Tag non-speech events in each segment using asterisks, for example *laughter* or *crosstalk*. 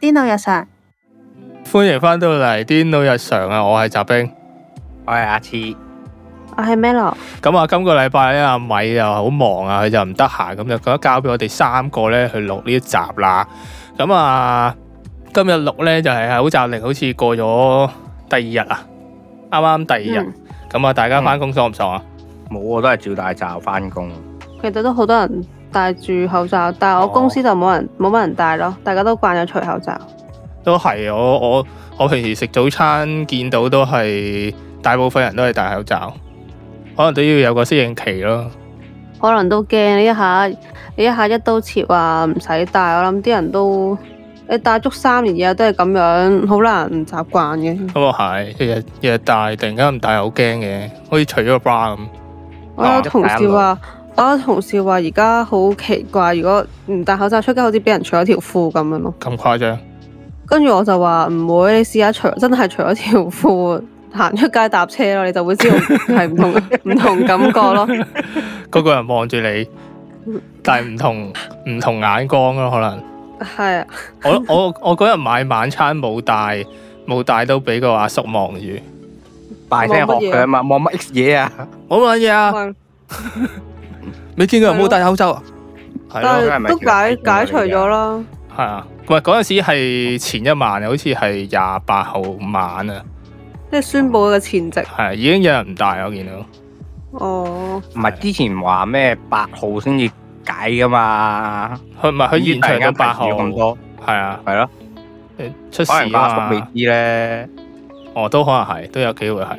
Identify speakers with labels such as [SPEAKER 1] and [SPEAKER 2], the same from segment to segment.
[SPEAKER 1] 癲佬日常，
[SPEAKER 2] 歡迎翻到嚟《癲佬日常》啊！我係澤兵，
[SPEAKER 3] 我係阿次，
[SPEAKER 1] 我係 Melo，
[SPEAKER 2] 咁啊，今個禮拜咧，阿米又好忙啊，佢就唔得閒，咁就咁交俾我哋三個咧去錄呢一集啦。咁啊，今日錄咧就係哎好雜力，好似過咗第二日啊，啱啱第二日。咁啊，大家翻工爽唔爽啊？
[SPEAKER 3] 冇我都係照戴罩翻工。
[SPEAKER 1] 其實都好多人戴住口罩，但係我
[SPEAKER 2] 哦
[SPEAKER 1] 公司就冇人冇乜人戴咯，大家都慣咗除口罩。
[SPEAKER 2] 都係我我我平時食早餐見到都係大部分人都係戴口罩，可能都要有個適應期咯。
[SPEAKER 1] 可能都驚你一下，你一下一刀切話唔使戴，我諗啲人都你戴足三年嘢都係咁樣，好難唔習慣嘅。
[SPEAKER 2] 咁啊係，日日日日戴，突然間唔戴又好驚嘅，好似除咗個 bra 咁。
[SPEAKER 1] 我有同事話，我有同事話而家好奇怪，如果唔戴口罩出街，好似俾人除咗條褲咁樣咯。
[SPEAKER 2] 咁誇張？
[SPEAKER 1] 跟住我就話唔會，你試下除，真係除咗條褲行出街搭車咯，你就會知道係唔同唔同感覺咯。
[SPEAKER 2] *laughs* 嗰個人望住你，但係唔同唔同眼光咯，可能。
[SPEAKER 1] 係啊，
[SPEAKER 2] 我我我嗰日買晚餐冇帶，冇帶都俾個阿叔望住。
[SPEAKER 3] 大聲學佢啊嘛，望乜 X 嘢啊？
[SPEAKER 2] 我冇嘢啊，
[SPEAKER 1] 係
[SPEAKER 2] 未見過人冇戴口罩啊。係
[SPEAKER 1] 但
[SPEAKER 2] 咯，
[SPEAKER 3] 係
[SPEAKER 1] 係
[SPEAKER 3] 咪
[SPEAKER 1] 都解
[SPEAKER 3] 叫
[SPEAKER 1] 解除咗啦。
[SPEAKER 2] 係啊，唔係嗰陣時係前一晚，好似係廿八號晚啊，
[SPEAKER 1] 即係宣佈嘅前夕，
[SPEAKER 2] 係已經有人唔戴，我見到。
[SPEAKER 1] 哦，
[SPEAKER 3] 唔
[SPEAKER 2] 啊
[SPEAKER 3] 係之前話咩八號先至解噶嘛？
[SPEAKER 2] 佢唔係佢延長到八號，
[SPEAKER 3] 唔知突然間提議咁
[SPEAKER 2] 係
[SPEAKER 3] 多，
[SPEAKER 2] 啊，
[SPEAKER 3] 係咯，
[SPEAKER 2] 出事
[SPEAKER 3] 可
[SPEAKER 2] 啊
[SPEAKER 3] 能家屬未
[SPEAKER 2] 嘛
[SPEAKER 3] 知。咧。
[SPEAKER 2] 哦，都可能係，都有機會係，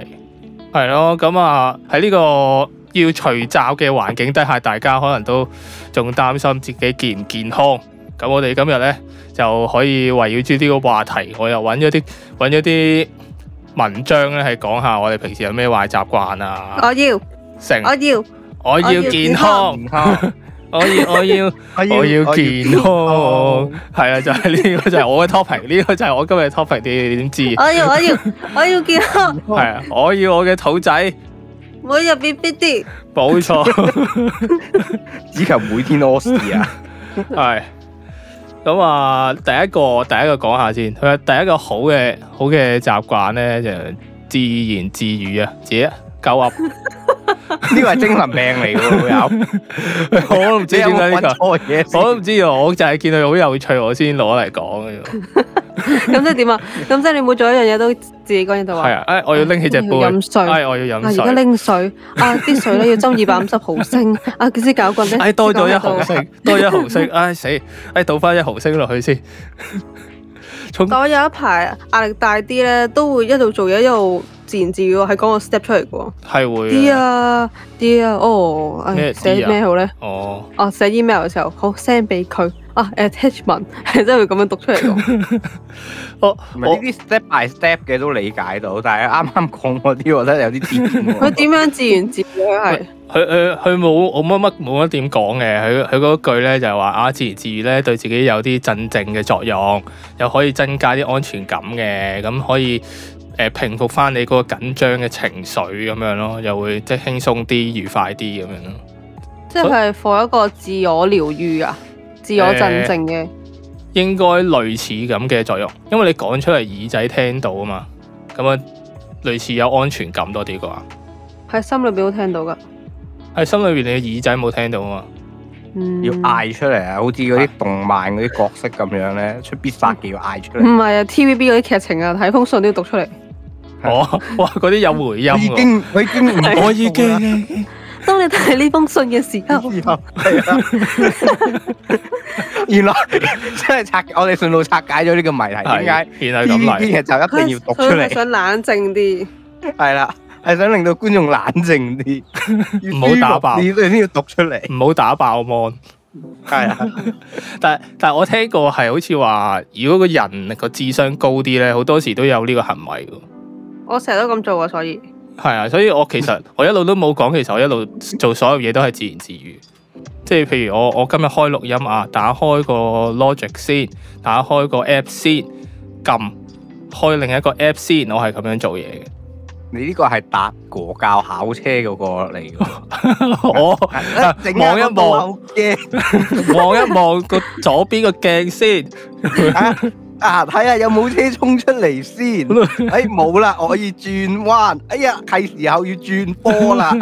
[SPEAKER 2] 係咯。咁啊，喺呢個要除罩嘅環境底下，大家可能都仲擔心自己健唔健康。咁我哋今日咧就可以圍繞住呢個話題，我又揾咗啲揾咗啲文章咧，係講下我哋平時有咩壞習慣啊。
[SPEAKER 1] 我要
[SPEAKER 2] 成
[SPEAKER 1] 我要
[SPEAKER 2] 我要健康， *laughs*
[SPEAKER 3] 健康，
[SPEAKER 2] 我要 *laughs* 我要
[SPEAKER 3] 我
[SPEAKER 2] 我要健康，係啊，就係呢個就係我嘅 topic，呢個就係我今日嘅 topic，你點知？
[SPEAKER 1] 我要我要我要健康，
[SPEAKER 2] 係啊，我要我嘅肚仔。
[SPEAKER 1] 每日必必啲。
[SPEAKER 2] *laughs* 冇錯， *laughs*
[SPEAKER 3] 只求每天屙屎啊！
[SPEAKER 2] 係咁啊！第一個第一個講下先，佢話第一個好嘅好嘅習慣咧，就自言自語啊，自己鳩噏。 *laughs*
[SPEAKER 3] 呢個係精神病嚟嘅喎，有
[SPEAKER 2] 我都唔知
[SPEAKER 3] 你有
[SPEAKER 2] 點解
[SPEAKER 3] 冇
[SPEAKER 2] 呢
[SPEAKER 3] 揾
[SPEAKER 2] 個，
[SPEAKER 3] 錯嘢
[SPEAKER 2] 我
[SPEAKER 3] 先？
[SPEAKER 2] 都唔知喎，我就係見佢好有趣，我先攞嚟講嘅啫。
[SPEAKER 1] 咁即係點啊？咁即係你每做一樣嘢都自己講嘢就話
[SPEAKER 2] 係。啊，誒，我要拎起隻杯，
[SPEAKER 1] 要飲水
[SPEAKER 2] 誒，我要
[SPEAKER 1] 啊！而
[SPEAKER 2] 飲
[SPEAKER 1] 家
[SPEAKER 2] 水。
[SPEAKER 1] 拎水啊，啲水咧要斟二百五十毫升啊，幾支搞棍咧？
[SPEAKER 2] 誒，哎多咗一毫
[SPEAKER 1] 毫升，
[SPEAKER 2] 升，多咗一毫升，唉死！誒，倒翻一毫升落去先。沖
[SPEAKER 1] 但我有一排壓力大啲咧，都會一路做嘢一路自言自語喎，係講個 step 出嚟嘅喎。
[SPEAKER 2] 係會
[SPEAKER 1] 啲
[SPEAKER 2] 啊，
[SPEAKER 1] 啊啲啊，哦，唉
[SPEAKER 2] 咩
[SPEAKER 1] 寫
[SPEAKER 2] 啲啊
[SPEAKER 1] 咩好咧？
[SPEAKER 2] 哦。
[SPEAKER 1] 哦，寫 email 嘅時候，好 send 俾佢啊，attachment 係 *laughs* 真係會咁樣讀出嚟嘅。
[SPEAKER 3] *laughs*
[SPEAKER 2] 我
[SPEAKER 3] 唔
[SPEAKER 2] 我
[SPEAKER 3] 係呢啲 step by step 嘅都理解到，但係啱啱講嗰啲，我覺得有啲癲
[SPEAKER 1] 佢
[SPEAKER 3] 喎。
[SPEAKER 1] 點樣自言自語佢係？
[SPEAKER 2] 佢佢佢冇我乜乜冇乜點講嘅，佢佢嗰句咧就係話啊，自言自語咧對自己有啲鎮靜嘅作用，又可以增加啲安全感嘅，咁可以誒、呃平復翻你嗰個緊張嘅情緒咁樣咯，又會即係輕鬆啲、愉快啲咁樣咯。
[SPEAKER 1] 即係佢係放一個自我療愈啊，自我鎮靜嘅。
[SPEAKER 2] 應該類似咁嘅作用，因為你講出嚟耳仔聽到啊嘛，咁啊類似有安全感多啲啩。
[SPEAKER 1] 喺心裏邊都聽到噶，
[SPEAKER 2] 喺心裏邊你嘅耳仔冇聽到啊嘛，
[SPEAKER 1] 嗯，
[SPEAKER 3] 要嗌出嚟啊，好似嗰啲動漫嗰啲角色咁樣咧，出必殺技要嗌出
[SPEAKER 1] 唔
[SPEAKER 3] 嚟。
[SPEAKER 1] 係啊，TVB 嗰啲劇情啊，睇封信都要讀出嚟，
[SPEAKER 3] 係
[SPEAKER 2] 哦，哇嗰啲有回音
[SPEAKER 3] 我已
[SPEAKER 2] 喎，
[SPEAKER 3] 經，我已經唔覺
[SPEAKER 2] 我已經。
[SPEAKER 1] 當你睇呢封信嘅時候，
[SPEAKER 3] 以後 *laughs* 係啊，原 *laughs* 來真係拆，我哋順路拆解咗呢個謎題。點解
[SPEAKER 2] 係原來咁
[SPEAKER 3] 呢
[SPEAKER 2] 嚟
[SPEAKER 3] 啲？嘢就一定要讀出
[SPEAKER 1] 佢係
[SPEAKER 3] 嚟？
[SPEAKER 1] 想冷靜啲，
[SPEAKER 3] 係啦，係想令到觀眾冷靜啲，要
[SPEAKER 2] 唔好打爆
[SPEAKER 3] 舒服啲所以先要讀出
[SPEAKER 2] *laughs*
[SPEAKER 3] 嚟。
[SPEAKER 2] 唔好打爆 mon。
[SPEAKER 3] 係啊，
[SPEAKER 2] 但但我聽過係好似話，如果個人個智商高啲咧，好多時都有呢個行為㗎。
[SPEAKER 1] 我成日都咁做啊，所以
[SPEAKER 2] 係啊，所以我其實我一路都冇講，其實我一路做所有嘢都係自言自語。即係譬如我我今日開錄音啊，打開個 Logic 先，打開個 app 先，撳開另一個 app 先，我係咁樣做嘢嘅。
[SPEAKER 3] 你呢個係搭國教考車嗰個嚟㗎喎。
[SPEAKER 2] *laughs* 我
[SPEAKER 3] 啊整下
[SPEAKER 2] 望一
[SPEAKER 3] 個
[SPEAKER 2] 望
[SPEAKER 3] 倒後鏡
[SPEAKER 2] 望一望個左邊個鏡先，
[SPEAKER 3] 啊！啊，睇下有冇車衝出嚟先。哎，冇啦，我要轉彎。哎呀，係時候要轉波啦。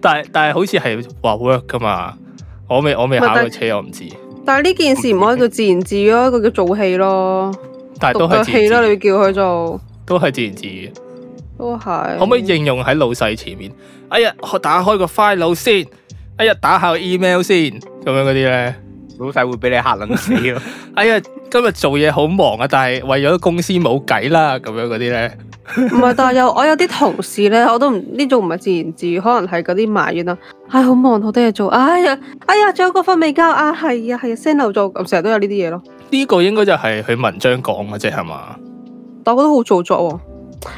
[SPEAKER 2] 但係但係好似係話 work 噶嘛，我未我未
[SPEAKER 1] 咪
[SPEAKER 2] 考
[SPEAKER 1] 但
[SPEAKER 2] 過車，我唔知，
[SPEAKER 1] 但係呢件事唔可以叫自言自語咯，一個叫做戲咯，
[SPEAKER 2] 但
[SPEAKER 1] 讀
[SPEAKER 2] 係都係
[SPEAKER 1] 咗
[SPEAKER 2] 自言
[SPEAKER 1] 戲
[SPEAKER 2] 自
[SPEAKER 1] 咯，你
[SPEAKER 2] 語
[SPEAKER 1] 要叫佢做
[SPEAKER 2] 都係自言自語。
[SPEAKER 1] 都係。
[SPEAKER 2] 可唔可以應用喺老細前面？哎呀，我打開個 file 先，哎呀，打下個 email 先，咁樣嗰啲呢。
[SPEAKER 3] 老細會俾你嚇撚死咯。
[SPEAKER 2] 哎呀，今日做嘢好忙啊，但係為咗公司冇計啦，咁樣嗰啲呢。
[SPEAKER 1] 唔係，但係有我有啲同事咧，我都唔呢種唔係自言自語，可能係嗰啲埋怨啊，唉好忙，好多嘢做，哎呀，哎呀，仲有個份未交啊，係啊係啊，send 漏咗，咁成日都有呢啲嘢咯。
[SPEAKER 2] 呢個應該就係佢文章講嘅啫，係嘛？
[SPEAKER 1] 但我覺得好做作喎、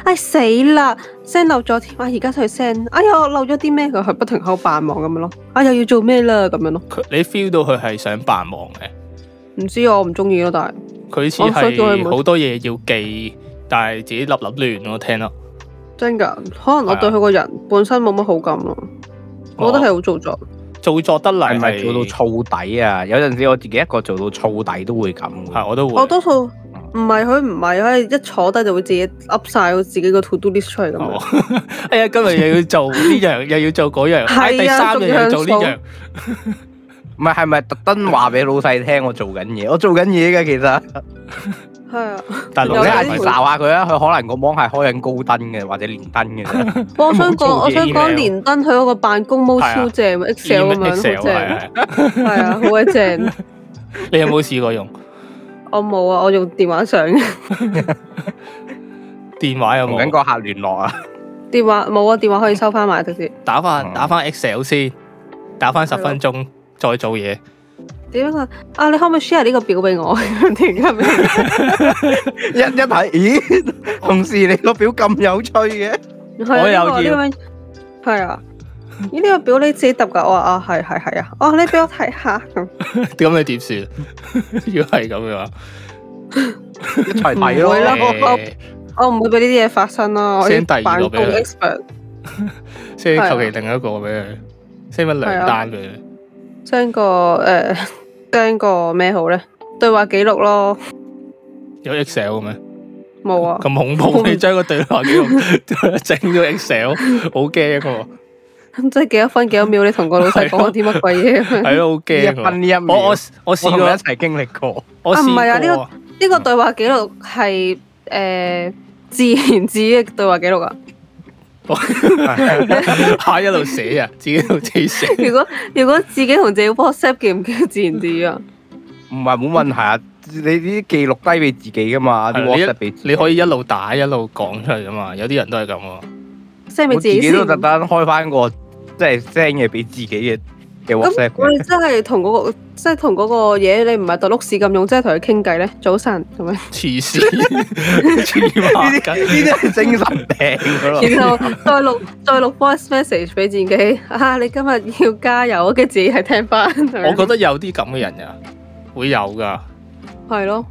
[SPEAKER 1] 唉死啦，send 漏咗添啊！而家就去 send，哎呀我漏咗啲咩？佢係不停喺度扮忙咁樣咯，啊又要做咩啦咁樣咯，
[SPEAKER 2] 佢你 feel 到佢係想扮忙嘅，
[SPEAKER 1] 唔知啊我唔中意咯，但係
[SPEAKER 2] 佢似
[SPEAKER 1] 我想哦叫佢
[SPEAKER 2] 係
[SPEAKER 1] 冇
[SPEAKER 2] 好多嘢要記，但係自己立立亂我聽咯。
[SPEAKER 1] 真㗎，可能
[SPEAKER 2] 係
[SPEAKER 1] 我
[SPEAKER 2] 啊
[SPEAKER 1] 對佢個人本身冇乜好感咯，我覺得係好做作，
[SPEAKER 2] 哦做作得嚟
[SPEAKER 3] *laughs* 係咪做到燥底啊？有陣時我自己一個做到燥底都會咁嘅。
[SPEAKER 2] 係我都會。嗯
[SPEAKER 1] 我多數唔係佢唔係佢一坐低就會自己噏晒佢自己個 to do list 出嚟咁樣
[SPEAKER 2] 哦。 *laughs* 哎呀，今日又要做呢樣，又要做嗰樣，哎
[SPEAKER 1] 係啊
[SPEAKER 2] 第三樣又要做
[SPEAKER 1] 仲
[SPEAKER 2] 呢
[SPEAKER 1] 要
[SPEAKER 2] 樣
[SPEAKER 1] 數。
[SPEAKER 3] 唔係係咪特登話俾老細聽我做緊嘢？ *laughs* 我做緊嘢嘅其實。
[SPEAKER 1] 係啊，
[SPEAKER 2] 但係
[SPEAKER 1] 有
[SPEAKER 2] 老
[SPEAKER 3] 你下
[SPEAKER 1] 啲
[SPEAKER 2] 細
[SPEAKER 3] 次
[SPEAKER 1] 會
[SPEAKER 2] 咪
[SPEAKER 3] 鬧下佢啊，佢可能個網係開緊高登嘅，或者連登 *laughs* 嘅啫。
[SPEAKER 1] 我想
[SPEAKER 2] *laughs* 冇做
[SPEAKER 1] 講，我想講
[SPEAKER 2] email
[SPEAKER 1] 連登佢嗰個辦公毛
[SPEAKER 2] 係啊
[SPEAKER 1] 超正，Excel 咁
[SPEAKER 2] Email-
[SPEAKER 1] 樣
[SPEAKER 2] Excel
[SPEAKER 1] 好
[SPEAKER 2] 係
[SPEAKER 1] 正，
[SPEAKER 2] 啊
[SPEAKER 1] 係啊，好鬼
[SPEAKER 2] *laughs*
[SPEAKER 1] 正。
[SPEAKER 2] 係你有冇試過用
[SPEAKER 1] 我冇啊，我用電話上。
[SPEAKER 2] 電話有
[SPEAKER 3] 同緊
[SPEAKER 2] 冇
[SPEAKER 3] 個客聯絡啊， *laughs*
[SPEAKER 1] 電話冇啊，電話可以收翻埋直接。
[SPEAKER 2] 打翻
[SPEAKER 3] 嗯
[SPEAKER 2] 打翻 Excel 先，打翻十
[SPEAKER 1] 係咯
[SPEAKER 2] 分鐘再做嘢。 *laughs*
[SPEAKER 1] 點樣啊？啊，你可唔可以 share 呢個表俾我？ *laughs* 突然間俾人
[SPEAKER 3] 一一睇， *laughs* 咦，同事你個表咁有趣嘅，
[SPEAKER 1] 係啊
[SPEAKER 2] 我又
[SPEAKER 1] 呢個
[SPEAKER 2] 要
[SPEAKER 1] 呢個係啊。咦？呢個表你自己揼㗎？我話啊，係係係啊。哦，你俾我睇下咁。
[SPEAKER 2] 咁你點算？ *laughs* 如果係咁嘅話
[SPEAKER 3] 一齊睇
[SPEAKER 1] 唔會啦
[SPEAKER 3] 咯。
[SPEAKER 2] 誒
[SPEAKER 1] 我哦唔會俾呢啲嘢發生啦。我要
[SPEAKER 2] Send 第二
[SPEAKER 1] 辦
[SPEAKER 2] 個
[SPEAKER 1] 公
[SPEAKER 2] 俾佢
[SPEAKER 1] expert。
[SPEAKER 2] ，send
[SPEAKER 1] 係
[SPEAKER 2] 求
[SPEAKER 1] 啊
[SPEAKER 2] 其另一個俾佢，send 翻兩單俾佢。
[SPEAKER 1] 將個 *laughs* 誒將個咩好咧？對話記錄咯，
[SPEAKER 2] 有 Excel 嘅咩？
[SPEAKER 1] 冇啊。
[SPEAKER 2] 咁恐怖！ *laughs* 你將個對話記錄 *laughs* 整咗 Excel，好驚喎！
[SPEAKER 1] 即係幾多分幾多秒？你同個老細講咗啲乜鬼嘢？呢
[SPEAKER 2] 係咯，好
[SPEAKER 3] 一
[SPEAKER 2] 驚喎！
[SPEAKER 3] 分呢一秒，
[SPEAKER 2] 我我
[SPEAKER 3] 我
[SPEAKER 2] 我試
[SPEAKER 3] 同佢一
[SPEAKER 2] 過，
[SPEAKER 3] 齊經歷過。
[SPEAKER 2] *laughs* 我
[SPEAKER 1] 啊唔
[SPEAKER 2] 試
[SPEAKER 1] 係啊呢個
[SPEAKER 2] 過啊。
[SPEAKER 1] 個對話記錄係誒自言自語嘅對話記錄
[SPEAKER 2] *laughs*
[SPEAKER 1] 啊！
[SPEAKER 2] 下一路寫啊，自己
[SPEAKER 1] *laughs*
[SPEAKER 2] 喺度自己寫。
[SPEAKER 1] 如果如果自己同自己 WhatsApp 叫唔叫自言自語啊？
[SPEAKER 3] 唔係冇問題啊，你啲記錄低俾自己噶嘛，啲
[SPEAKER 2] 係你一
[SPEAKER 3] 啊 WhatsApp 俾自己
[SPEAKER 2] 你可以一路打一路講出嚟噶嘛，有
[SPEAKER 1] *laughs*
[SPEAKER 2] 啲人都係咁喎。
[SPEAKER 1] 即係咪
[SPEAKER 3] 我
[SPEAKER 1] 自
[SPEAKER 3] 自
[SPEAKER 1] 己
[SPEAKER 3] 己
[SPEAKER 1] 先？
[SPEAKER 3] 都特
[SPEAKER 1] 咁
[SPEAKER 3] 登開翻個即係 send 嘢俾自己嘅嘅 WhatsApp
[SPEAKER 1] 我
[SPEAKER 3] 嘅。
[SPEAKER 1] 哋真係同嗰個，即係同嗰個嘢，你唔係特碌屎咁用，即係同佢傾偈咧。早晨咁樣，
[SPEAKER 2] 黐線，黐孖
[SPEAKER 3] 呢啲
[SPEAKER 2] 筋。
[SPEAKER 3] 呢啲係精神病
[SPEAKER 2] *laughs*
[SPEAKER 3] 噶咯。
[SPEAKER 1] 然後再錄再錄 voice message 俾自己。啊，你今日要加油，跟住自己係聽翻。
[SPEAKER 2] 我覺得有啲咁嘅人啊，會有噶，
[SPEAKER 1] 係咯。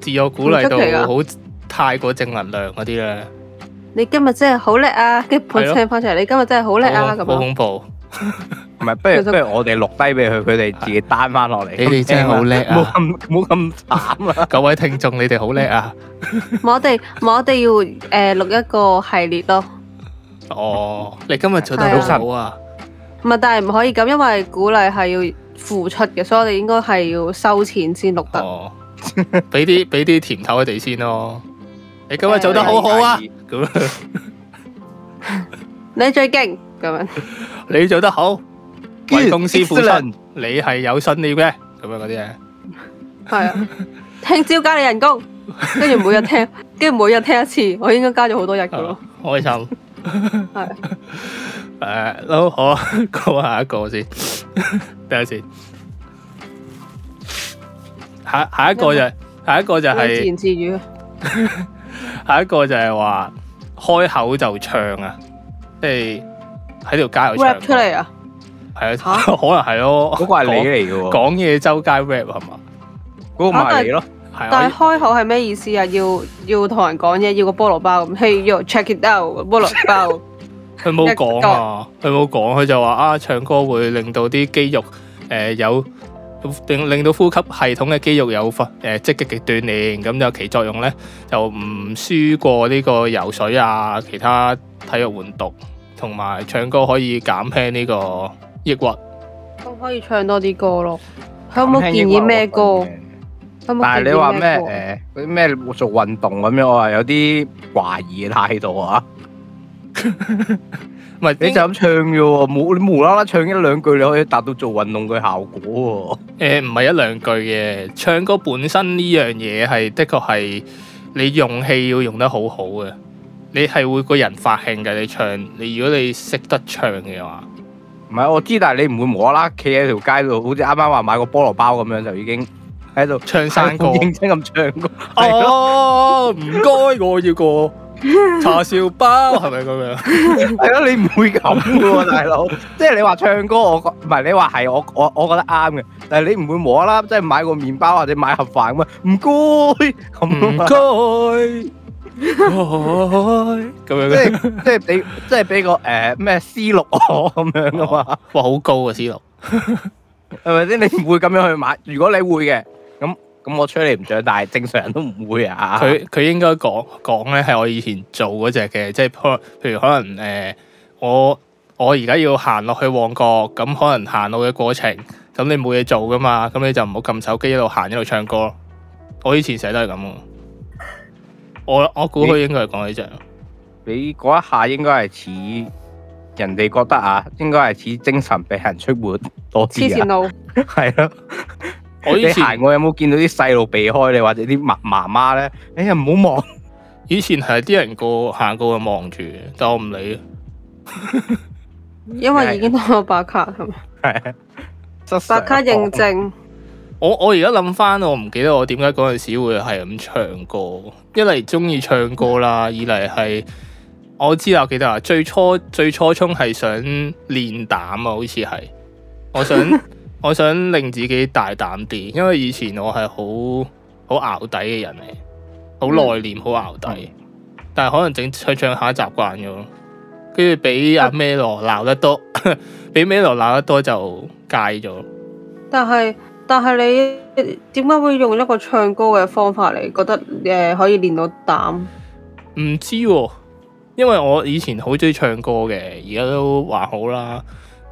[SPEAKER 2] 自我鼓勵
[SPEAKER 1] 唔出奇啊
[SPEAKER 2] 到
[SPEAKER 1] 㗎
[SPEAKER 2] 好太過正能量嗰啲咧，
[SPEAKER 1] 你今日真係好叻啊！跟住
[SPEAKER 2] 係咯哦
[SPEAKER 1] point 翻出嚟，你今日真係好叻啊！
[SPEAKER 2] 好
[SPEAKER 1] 咁
[SPEAKER 2] 好
[SPEAKER 1] 樣
[SPEAKER 2] 恐怖。
[SPEAKER 3] 唔係，不如
[SPEAKER 1] 其實
[SPEAKER 3] 不如我哋錄低俾佢，佢哋自己 down 翻落嚟。
[SPEAKER 2] 你哋真係好叻啊
[SPEAKER 3] *laughs* 冇咁冇咁慘啊！
[SPEAKER 2] 各位聽眾，你哋好叻啊！
[SPEAKER 1] 我哋我哋要誒錄一個系列咯，
[SPEAKER 2] 哦，你今日做得
[SPEAKER 1] 係
[SPEAKER 2] 好
[SPEAKER 1] 啊
[SPEAKER 2] 好啊！
[SPEAKER 1] 唔係但係唔可以咁，因為鼓勵係要付出嘅，所以我哋應該係要收錢先錄得。
[SPEAKER 2] 哦，俾啲俾啲甜頭佢哋先咯。你今日做得好好啊！咁樣
[SPEAKER 1] 你最勁咁樣，
[SPEAKER 2] 你做得好，為公司付出，
[SPEAKER 3] Excellent
[SPEAKER 2] 你係有信念嘅，咁樣嗰啲咧。
[SPEAKER 1] 係啊，聽朝加你人工，跟住每日聽，跟住每日聽一次，我應該加咗好多日噶
[SPEAKER 2] 啊
[SPEAKER 1] 咯。 *laughs*
[SPEAKER 2] 開心。哦
[SPEAKER 1] 係
[SPEAKER 2] 誒，都好啊，講下一個先， *laughs* 等下先。下下一個就下一個就
[SPEAKER 1] 自
[SPEAKER 2] 係
[SPEAKER 1] 言自語，啊
[SPEAKER 2] 下一個就係話開口就唱啊，即係喺條街度
[SPEAKER 1] rap
[SPEAKER 2] 唱
[SPEAKER 1] 出嚟啊！
[SPEAKER 2] 係
[SPEAKER 1] 嚇
[SPEAKER 2] *laughs* 啊，可能係咯。
[SPEAKER 3] 嗰個係你嚟嘅喎，
[SPEAKER 2] 講嘢周街 rap 係嘛？
[SPEAKER 3] 嗰個咪係你咯。
[SPEAKER 2] 係
[SPEAKER 1] 但係
[SPEAKER 2] 啊，
[SPEAKER 1] 開口係咩意思啊？要要同人講嘢，要個菠蘿包咁，Hey yo check it out，菠蘿包。
[SPEAKER 2] 佢冇講啊，佢冇講，佢就話啊，唱歌會令到啲肌肉誒、呃有令令到呼吸系統嘅肌肉有發誒積極嘅鍛鍊，咁就其作用咧就唔輸過呢個游水啊，其他體育活動，同埋唱歌可以減輕呢個抑鬱。
[SPEAKER 1] 我 *laughs* 可以唱多啲歌咯。佢有冇建議咩歌？有冇
[SPEAKER 3] 但
[SPEAKER 1] 建
[SPEAKER 3] 係你
[SPEAKER 1] 議
[SPEAKER 3] 話
[SPEAKER 1] 咩歌
[SPEAKER 3] 咩誒嗰啲咩做運動咁樣，我係有啲懷疑嘅態度啊！
[SPEAKER 2] 唔係
[SPEAKER 3] 你就咁唱嘅喎，冇你無啦啦唱一兩句，你可以達到做運動嘅效果
[SPEAKER 2] 呃誒唔係一兩句嘅，唱歌本身呢樣嘢係的確係你用氣要用得好好嘅，你係會個人發興嘅。你唱，你如果你識得唱嘅話，
[SPEAKER 3] 喎。唔係我知，但係你唔會無啦啦企喺條街度，好似啱啱話買個菠蘿包咁樣就已經喺度
[SPEAKER 2] 唱山歌 *laughs*
[SPEAKER 3] 好。 *laughs* 認真咁唱歌。係咯
[SPEAKER 2] 哦，唔該，我要個叉燒包，係咪咁
[SPEAKER 3] *laughs*
[SPEAKER 2] 樣？ *laughs*
[SPEAKER 3] 係咯，你唔會咁嘅喎，大佬。即係你話唱歌，我覺唔係你話係我我我覺得啱嘅，但係你唔會無啦啦即係買個麵包或者買盒飯咁啊，唔該
[SPEAKER 2] 唔
[SPEAKER 3] 咁啊，
[SPEAKER 2] 該，唔該哦咁
[SPEAKER 3] 即
[SPEAKER 2] 樣。
[SPEAKER 3] 係即係俾即係俾個誒咩 C 六我咁樣啊嘛，
[SPEAKER 2] 哇，好高啊，思路。
[SPEAKER 3] 係咪先？你唔會咁樣去買。如果你會嘅，咁咁我吹你唔漲，但係正常人都唔會啊。
[SPEAKER 2] 佢佢應該講講咧係我以前做嗰只嘅，即係可譬如可能誒、呃我我而家要行落去旺角，咁可能行路嘅過程，咁你冇嘢做噶嘛，咁你就唔好撳手機一路行一路唱歌咯。我以前成日都係咁喎，我我估佢應該係講呢只。
[SPEAKER 3] 你嗰一下應該係似人哋覺得啊，應該係似精神被人出沒多
[SPEAKER 1] 黐
[SPEAKER 3] 啲
[SPEAKER 1] 線
[SPEAKER 3] 啊，
[SPEAKER 1] 佬？
[SPEAKER 3] 係咯。
[SPEAKER 2] 我以
[SPEAKER 3] 你
[SPEAKER 2] 前
[SPEAKER 3] 行過有冇見到啲細路避開你，或者啲媽媽媽咧？哎呀，唔好望！
[SPEAKER 2] 以前係啲人過行過去望住，但我唔理。
[SPEAKER 1] 因為已經攞咗白卡係
[SPEAKER 3] *laughs*
[SPEAKER 1] 嘛？白
[SPEAKER 3] 白
[SPEAKER 1] 卡認證，
[SPEAKER 2] 我我而家諗翻，我唔記得我點解嗰陣時會係咁唱歌，一嚟中意唱歌啦，二嚟係我知啦，我記得啊，最初最初衷係想練膽啊，好似係，我想我想令自己大膽啲，因為以前我係好好淆底嘅人嚟，好內斂，好淆底，但係可能整唱唱下習慣咗咯，跟住俾阿 Melo 鬧得多， *laughs* 俾 Melo 鬧得多就戒咗。
[SPEAKER 1] 但係但係你點解會用一個唱歌嘅方法嚟覺得誒、呃可以練到膽？
[SPEAKER 2] 唔知喎、因為我以前好中意唱歌嘅，而家都還好啦。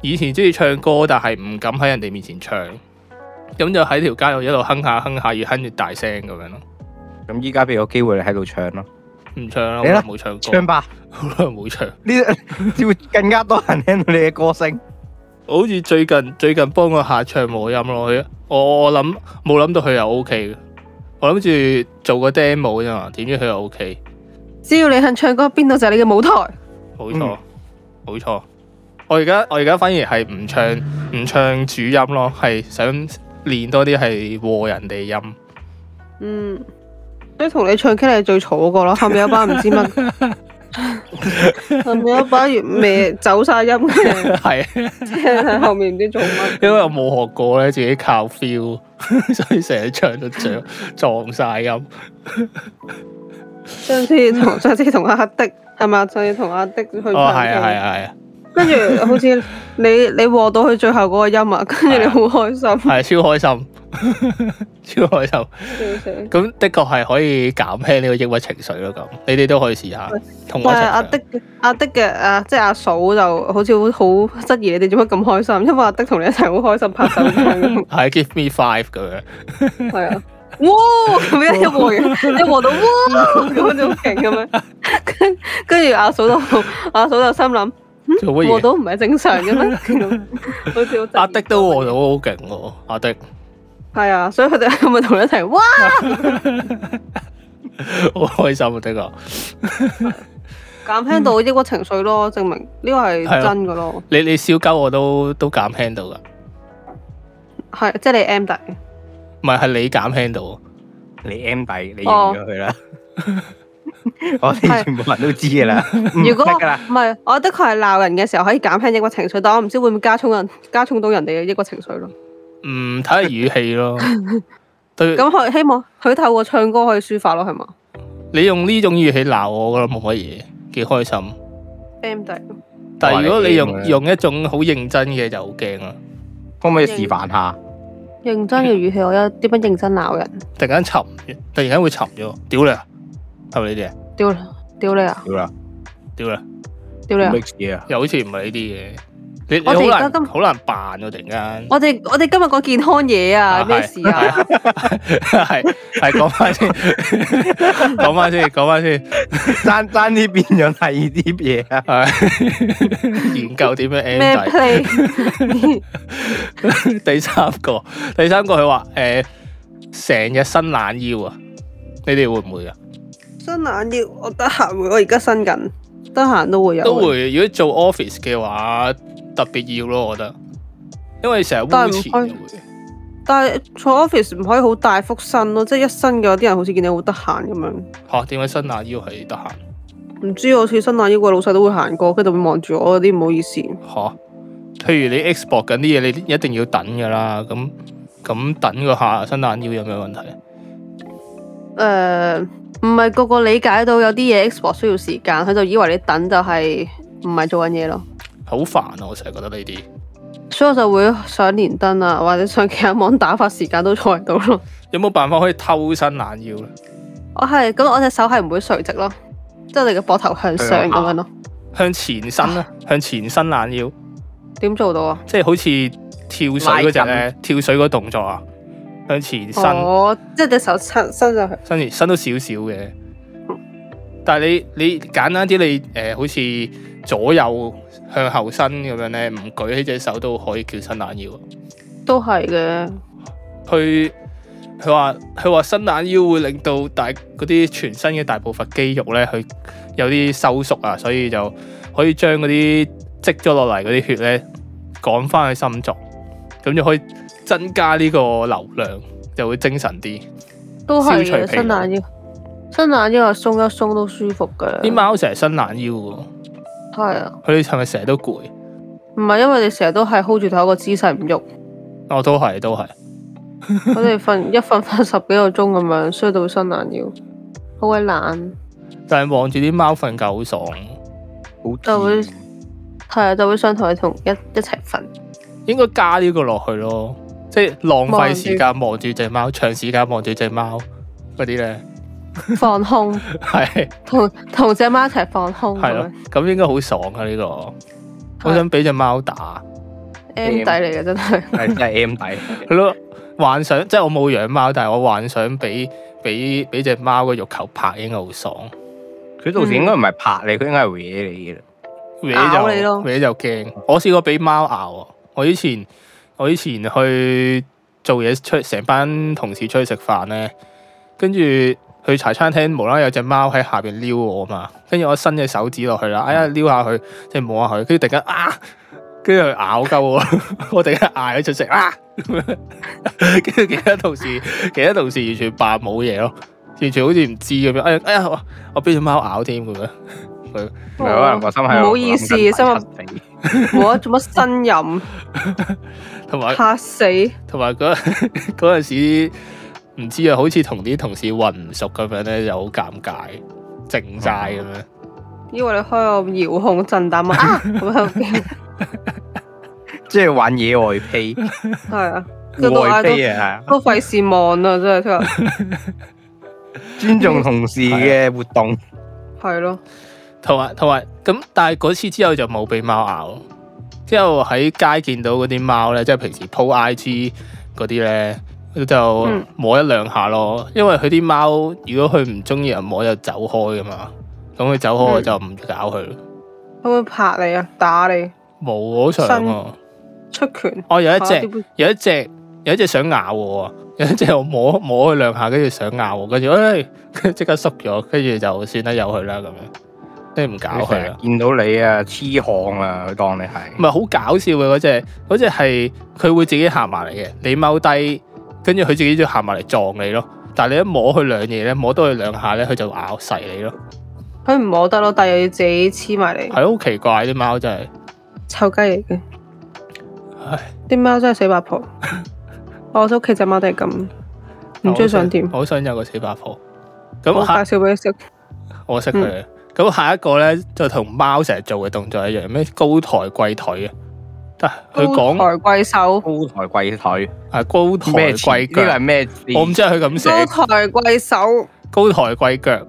[SPEAKER 2] 以前中意唱歌，但係唔敢喺人哋面前唱，咁就喺條街度一路哼下哼下，越哼越大聲咁樣咯。
[SPEAKER 3] 咁依家俾個機會你喺度唱咯，
[SPEAKER 2] 唔唱啦，好
[SPEAKER 3] 你呢
[SPEAKER 2] 耐冇唱
[SPEAKER 3] 唱
[SPEAKER 2] 歌，
[SPEAKER 3] 吧！
[SPEAKER 2] 好耐冇唱。
[SPEAKER 3] 呢只會更加多人聽到你嘅歌聲。
[SPEAKER 2] *laughs* 我好似最近最近幫個客唱和音咯，佢我我諗冇諗到佢又 O K 嘅，我諗住做個 demo 啫嘛，點知佢又 O K，
[SPEAKER 1] 只要你肯唱歌，邊度就係你嘅舞台。
[SPEAKER 2] 冇錯冇錯。嗯我而家我而家反而係唔唱唔唱主音咯，係想練多啲係和人哋音。 *laughs*
[SPEAKER 1] 嗯，所以同你唱 K 你係最嘈嗰個咯，後面有班唔知乜，後面有班越咩走晒音嘅，
[SPEAKER 2] 係，
[SPEAKER 1] 即係喺後面唔知做乜。
[SPEAKER 2] 因為我冇學過咧，自己靠 feel，所 *laughs* 以成日唱到撞撞晒
[SPEAKER 1] *laughs*
[SPEAKER 2] 音。
[SPEAKER 1] 上次同上次同阿的係嘛？上次同阿的去唱
[SPEAKER 2] 哦，係啊，係
[SPEAKER 1] K，
[SPEAKER 2] 啊，係啊，
[SPEAKER 1] 跟住好似你你和到佢最後嗰個音啊，跟住你好開心，
[SPEAKER 2] 係啊超開心， *laughs* 超開心。
[SPEAKER 1] 笑死！
[SPEAKER 2] 咁的確係可以減輕呢個抑鬱情緒咯。咁你哋都可以試下，同我
[SPEAKER 1] 喂，
[SPEAKER 2] 一齊
[SPEAKER 1] 阿
[SPEAKER 2] 唱。
[SPEAKER 1] 的阿的嘅啊，即係阿嫂就好似好好質疑你哋做乜咁開心，因為阿的同你一齊好開心拍手掌咁，
[SPEAKER 2] 係 Give me five 咁樣。
[SPEAKER 1] 係啊，哇咁樣一和完，一和到哇咁樣就好勁咁樣，跟跟住阿嫂就阿嫂就心諗
[SPEAKER 2] 做乜嘢
[SPEAKER 1] 和到唔係正常嘅咩？咁好似好質疑
[SPEAKER 2] 阿的都和到好勁喎，阿的。
[SPEAKER 1] 係啊，所以佢哋係咪同你一齊哇？
[SPEAKER 2] 好開心啊！的確，
[SPEAKER 1] 減輕到抑鬱情緒咯，證明呢個係真嘅咯，
[SPEAKER 2] 你你笑鳩我都都減輕到噶，
[SPEAKER 1] 係即係你 M 底，
[SPEAKER 2] 唔係係你減輕到啊，
[SPEAKER 3] 你 M 底，你認
[SPEAKER 1] 哦
[SPEAKER 3] 咗佢啦。我哋全部人都知嘅啦，唔
[SPEAKER 1] 如果
[SPEAKER 3] 嗯得㗎啦。
[SPEAKER 1] 唔係，我的確係鬧人嘅時候可以減輕抑鬱情緒，但我唔知會唔會加重人加重到人哋嘅抑鬱情緒咯。
[SPEAKER 2] 嗯唔睇下語氣咯。
[SPEAKER 1] *laughs*
[SPEAKER 2] 對，
[SPEAKER 1] 咁佢希望佢透過唱歌可以抒發咯，係嘛
[SPEAKER 2] 你用呢種語氣鬧我，我覺得冇乜嘢，幾開心。
[SPEAKER 1] ？M 底
[SPEAKER 2] 但係如果你
[SPEAKER 3] 哇
[SPEAKER 2] 用
[SPEAKER 3] 你
[SPEAKER 2] 用一種好認真嘅就好驚啦。啊
[SPEAKER 3] 可唔可以示範下？
[SPEAKER 1] 認真嘅語氣，我有啲乜認真鬧人，
[SPEAKER 2] 突然間沉，突然間會沉咗，屌你啊！係咪呢啲啊？
[SPEAKER 1] 屌你屌你啊，
[SPEAKER 3] 屌啦
[SPEAKER 2] 屌你啊！
[SPEAKER 1] 屌你啊！
[SPEAKER 3] ，mix 嘢啊，
[SPEAKER 2] 又好似唔係呢啲嘅，你你
[SPEAKER 1] 我哋
[SPEAKER 2] 好
[SPEAKER 1] 而家
[SPEAKER 2] 難
[SPEAKER 1] 今
[SPEAKER 2] 好難扮喎，突然間
[SPEAKER 1] 我哋我哋今日講健康嘢啊，
[SPEAKER 2] 啊
[SPEAKER 1] 咩
[SPEAKER 2] 係
[SPEAKER 1] 事
[SPEAKER 2] *laughs*
[SPEAKER 1] 啊？
[SPEAKER 2] 係係講翻先， *laughs* 講翻先，講翻先，
[SPEAKER 3] 爭爭啲變咗第二啲嘢啊，
[SPEAKER 2] 係 *laughs* 研究點樣 M
[SPEAKER 1] 咩
[SPEAKER 2] 仔。
[SPEAKER 1] play？ *laughs*
[SPEAKER 2] *laughs* 第三個，第三個佢話诶，成、日伸懶腰啊，你哋會唔會啊？
[SPEAKER 1] 伸懶腰，我得閒會，我而家伸緊，得閒都會有。
[SPEAKER 2] 都，會，如果做 office 嘅話，特別要咯，我覺得，因為成日
[SPEAKER 1] 但
[SPEAKER 2] 污
[SPEAKER 1] 係唔
[SPEAKER 2] 前
[SPEAKER 1] 開
[SPEAKER 2] 嘅會。
[SPEAKER 1] 但係坐 office 唔可以好大幅伸咯，即係一伸嘅有啲人好似見你好得閒咁樣。
[SPEAKER 2] 吓點解伸懶腰係得閒？
[SPEAKER 1] 唔知我似伸懶腰個老細都會行過，跟住就會望住我嗰啲唔好意思。
[SPEAKER 2] 吓，譬如你 export 緊啲嘢，你一定要等噶啦，咁咁等個下伸懶腰有咩問題？
[SPEAKER 1] 誒，唔係個個理解到有啲嘢 export 需要時間，佢就以為你等就係唔係做緊嘢咯。
[SPEAKER 2] 好煩啊！我成日覺得呢啲。
[SPEAKER 1] 所以我就會上連登啊，或者上其他網打發時間都坐喺度咯。
[SPEAKER 2] 有冇辦法可以偷伸懶腰咧？
[SPEAKER 1] 我哦係咁，我隻手係唔會垂直咯，即係我哋嘅膊頭向上咁樣咯。
[SPEAKER 2] 向前
[SPEAKER 1] *laughs*
[SPEAKER 2] 伸啦，向前伸懶腰，
[SPEAKER 1] 點做到啊？
[SPEAKER 2] 即係好似跳水嗰只咧，跳水嗰個動作啊，向前伸，
[SPEAKER 1] 哦，即係隻手伸伸上去。
[SPEAKER 2] 伸完伸到少少嘅。但係你你簡單啲，你誒、呃好似左右向後伸咁樣咧，唔舉起隻手都可以叫伸懶腰。啊
[SPEAKER 1] 都係嘅，
[SPEAKER 2] 佢佢話佢話伸懶腰會令到大嗰啲全身嘅大部分肌肉咧，佢有啲收縮啊，所以就可以將嗰啲積咗落嚟嗰啲血咧趕翻去心臟，咁就可以增加呢個流量，就會精神啲。
[SPEAKER 1] 都係
[SPEAKER 2] 消除
[SPEAKER 1] 嘅，
[SPEAKER 2] 疲勞
[SPEAKER 1] 伸懶腰，伸懶腰啊，鬆一鬆都舒服嘅。
[SPEAKER 2] 啲貓成日伸懶腰喎，
[SPEAKER 1] 係啊，
[SPEAKER 2] 佢哋係咪成日都攰？
[SPEAKER 1] 唔係因為你成日都係 hold 住同一個姿勢唔喐，
[SPEAKER 2] 我都係都係，
[SPEAKER 1] 佢哋瞓一瞓瞓十幾個鐘咁樣，所以就會伸懶腰，好鬼懶，
[SPEAKER 2] 但係望住啲貓瞓覺好爽，
[SPEAKER 3] 好
[SPEAKER 1] 就會
[SPEAKER 3] 賤
[SPEAKER 1] 係啊，就會想同佢同一一齊瞓。
[SPEAKER 2] 應該加呢個落去咯，即係浪
[SPEAKER 1] 望
[SPEAKER 2] 費
[SPEAKER 1] 住
[SPEAKER 2] 時間望住只貓，長時間望住只貓嗰啲咧，
[SPEAKER 1] 放空，
[SPEAKER 2] 係。
[SPEAKER 1] 同同只貓一齊放空
[SPEAKER 2] 係
[SPEAKER 1] 咁
[SPEAKER 2] 咯
[SPEAKER 1] 樣，
[SPEAKER 2] 咁應該好爽啊！呢、個好想俾只貓打，
[SPEAKER 1] ，M 底嚟嘅真係。
[SPEAKER 3] 係真係 M 底，
[SPEAKER 2] 係咯，幻想即係我冇養貓，但係我幻想俾俾俾只貓個肉球拍，應該好爽。
[SPEAKER 3] 佢
[SPEAKER 1] 嗯
[SPEAKER 3] 到時應該唔係拍你，佢應該係搲你嘅啦。
[SPEAKER 1] 咬
[SPEAKER 2] 搲
[SPEAKER 1] 你
[SPEAKER 2] 就
[SPEAKER 1] 咯
[SPEAKER 2] 搲就驚，我試過俾貓咬啊！我以前我以前去做嘢出，成班同事出去食飯咧，跟住去茶餐廳，無啦啦有隻貓喺下邊撩我嘛，跟住我伸隻手指落去啦，哎呀撩下佢，即係摸下佢，跟住突然間啊，跟住佢咬鳩我， *laughs* 我突然間嗌咗出聲啊， *laughs* 咁樣跟住其他同事其他同事完全扮冇嘢咯，完全好似唔知咁樣，哎呀哎呀，我我俾只貓咬添咁樣。
[SPEAKER 3] 佢可
[SPEAKER 1] *laughs*
[SPEAKER 3] 能個心係
[SPEAKER 1] 哦唔好意思心諗我啊做乜呻吟？
[SPEAKER 2] 同埋
[SPEAKER 1] 嚇死！
[SPEAKER 2] 同埋嗰 *laughs* 嗰陣時唔知啊，好似同啲同事混唔熟咁樣咧，就好尷尬，靜晒咁樣。
[SPEAKER 1] 以為你開個遙控震
[SPEAKER 2] *laughs*
[SPEAKER 1] 蛋啊！咁樣驚
[SPEAKER 3] 即係玩野外
[SPEAKER 1] *laughs*
[SPEAKER 3] 屁，
[SPEAKER 1] 係啊，跟住都
[SPEAKER 3] 外
[SPEAKER 1] 嗌
[SPEAKER 3] 屁
[SPEAKER 1] 都
[SPEAKER 3] 啊，
[SPEAKER 1] 都費事望啊！真係佢
[SPEAKER 2] *laughs*
[SPEAKER 1] 話
[SPEAKER 3] 尊重同事嘅活動。
[SPEAKER 1] *laughs* 係咯，
[SPEAKER 2] 同埋同埋咁，但係嗰次之後就冇俾貓咬咯。之後喺街見到嗰啲貓咧，即係平時 po IG 嗰啲咧，就
[SPEAKER 1] 嗯
[SPEAKER 2] 摸一兩下咯。因為佢啲貓如果佢唔中意人摸就走開噶嘛，咁佢走開
[SPEAKER 1] 嗯
[SPEAKER 2] 我就唔搞佢咯。
[SPEAKER 1] 會唔會拍你啊？打你
[SPEAKER 2] 冇我想啊！
[SPEAKER 1] 出拳？
[SPEAKER 2] 我有一隻
[SPEAKER 1] 嚇。啲
[SPEAKER 2] 有一隻有一隻想咬我啊，有一隻我摸摸佢兩下，跟住想咬我，跟住誒，跟住 *laughs* 即刻縮咗，跟住就算啦，由佢啦咁樣，即係唔搞
[SPEAKER 1] 啊
[SPEAKER 3] 佢成
[SPEAKER 2] 佢
[SPEAKER 3] 日
[SPEAKER 2] 啦。
[SPEAKER 3] 見到你啊，痴漢啊，佢當你係
[SPEAKER 2] 唔係好搞笑嘅嗰只，嗰只係佢會自己行埋嚟嘅，你踎低，跟住佢自己就行埋嚟撞你咯。但係你一摸佢兩嘢咧，摸多佢兩下咧，佢就咬實你咯。
[SPEAKER 1] 佢唔摸得咯，但係又要自己黐埋嚟，
[SPEAKER 2] 係好奇怪啲貓真係，
[SPEAKER 1] 臭雞嚟嘅。
[SPEAKER 2] 唉，
[SPEAKER 1] 啲貓真係死八
[SPEAKER 2] *laughs*
[SPEAKER 1] 婆。我屋企只貓都係咁，唔知想點
[SPEAKER 2] 我，哦好想有個死八婆。
[SPEAKER 1] 我
[SPEAKER 2] 咁下
[SPEAKER 1] 介紹俾你識。
[SPEAKER 2] 我識
[SPEAKER 3] 嗯
[SPEAKER 2] 佢。咁、下一個咧就同貓成日做嘅動作一樣，咩高抬貴腿啊？但係佢講
[SPEAKER 1] 高抬貴手，
[SPEAKER 3] 高抬貴腿，
[SPEAKER 2] 係高抬
[SPEAKER 3] 咩詞
[SPEAKER 2] 貴腳，
[SPEAKER 3] 呢個係咩字？
[SPEAKER 2] 我唔知係佢咁寫
[SPEAKER 1] 高抬貴手，
[SPEAKER 2] 高抬貴腳。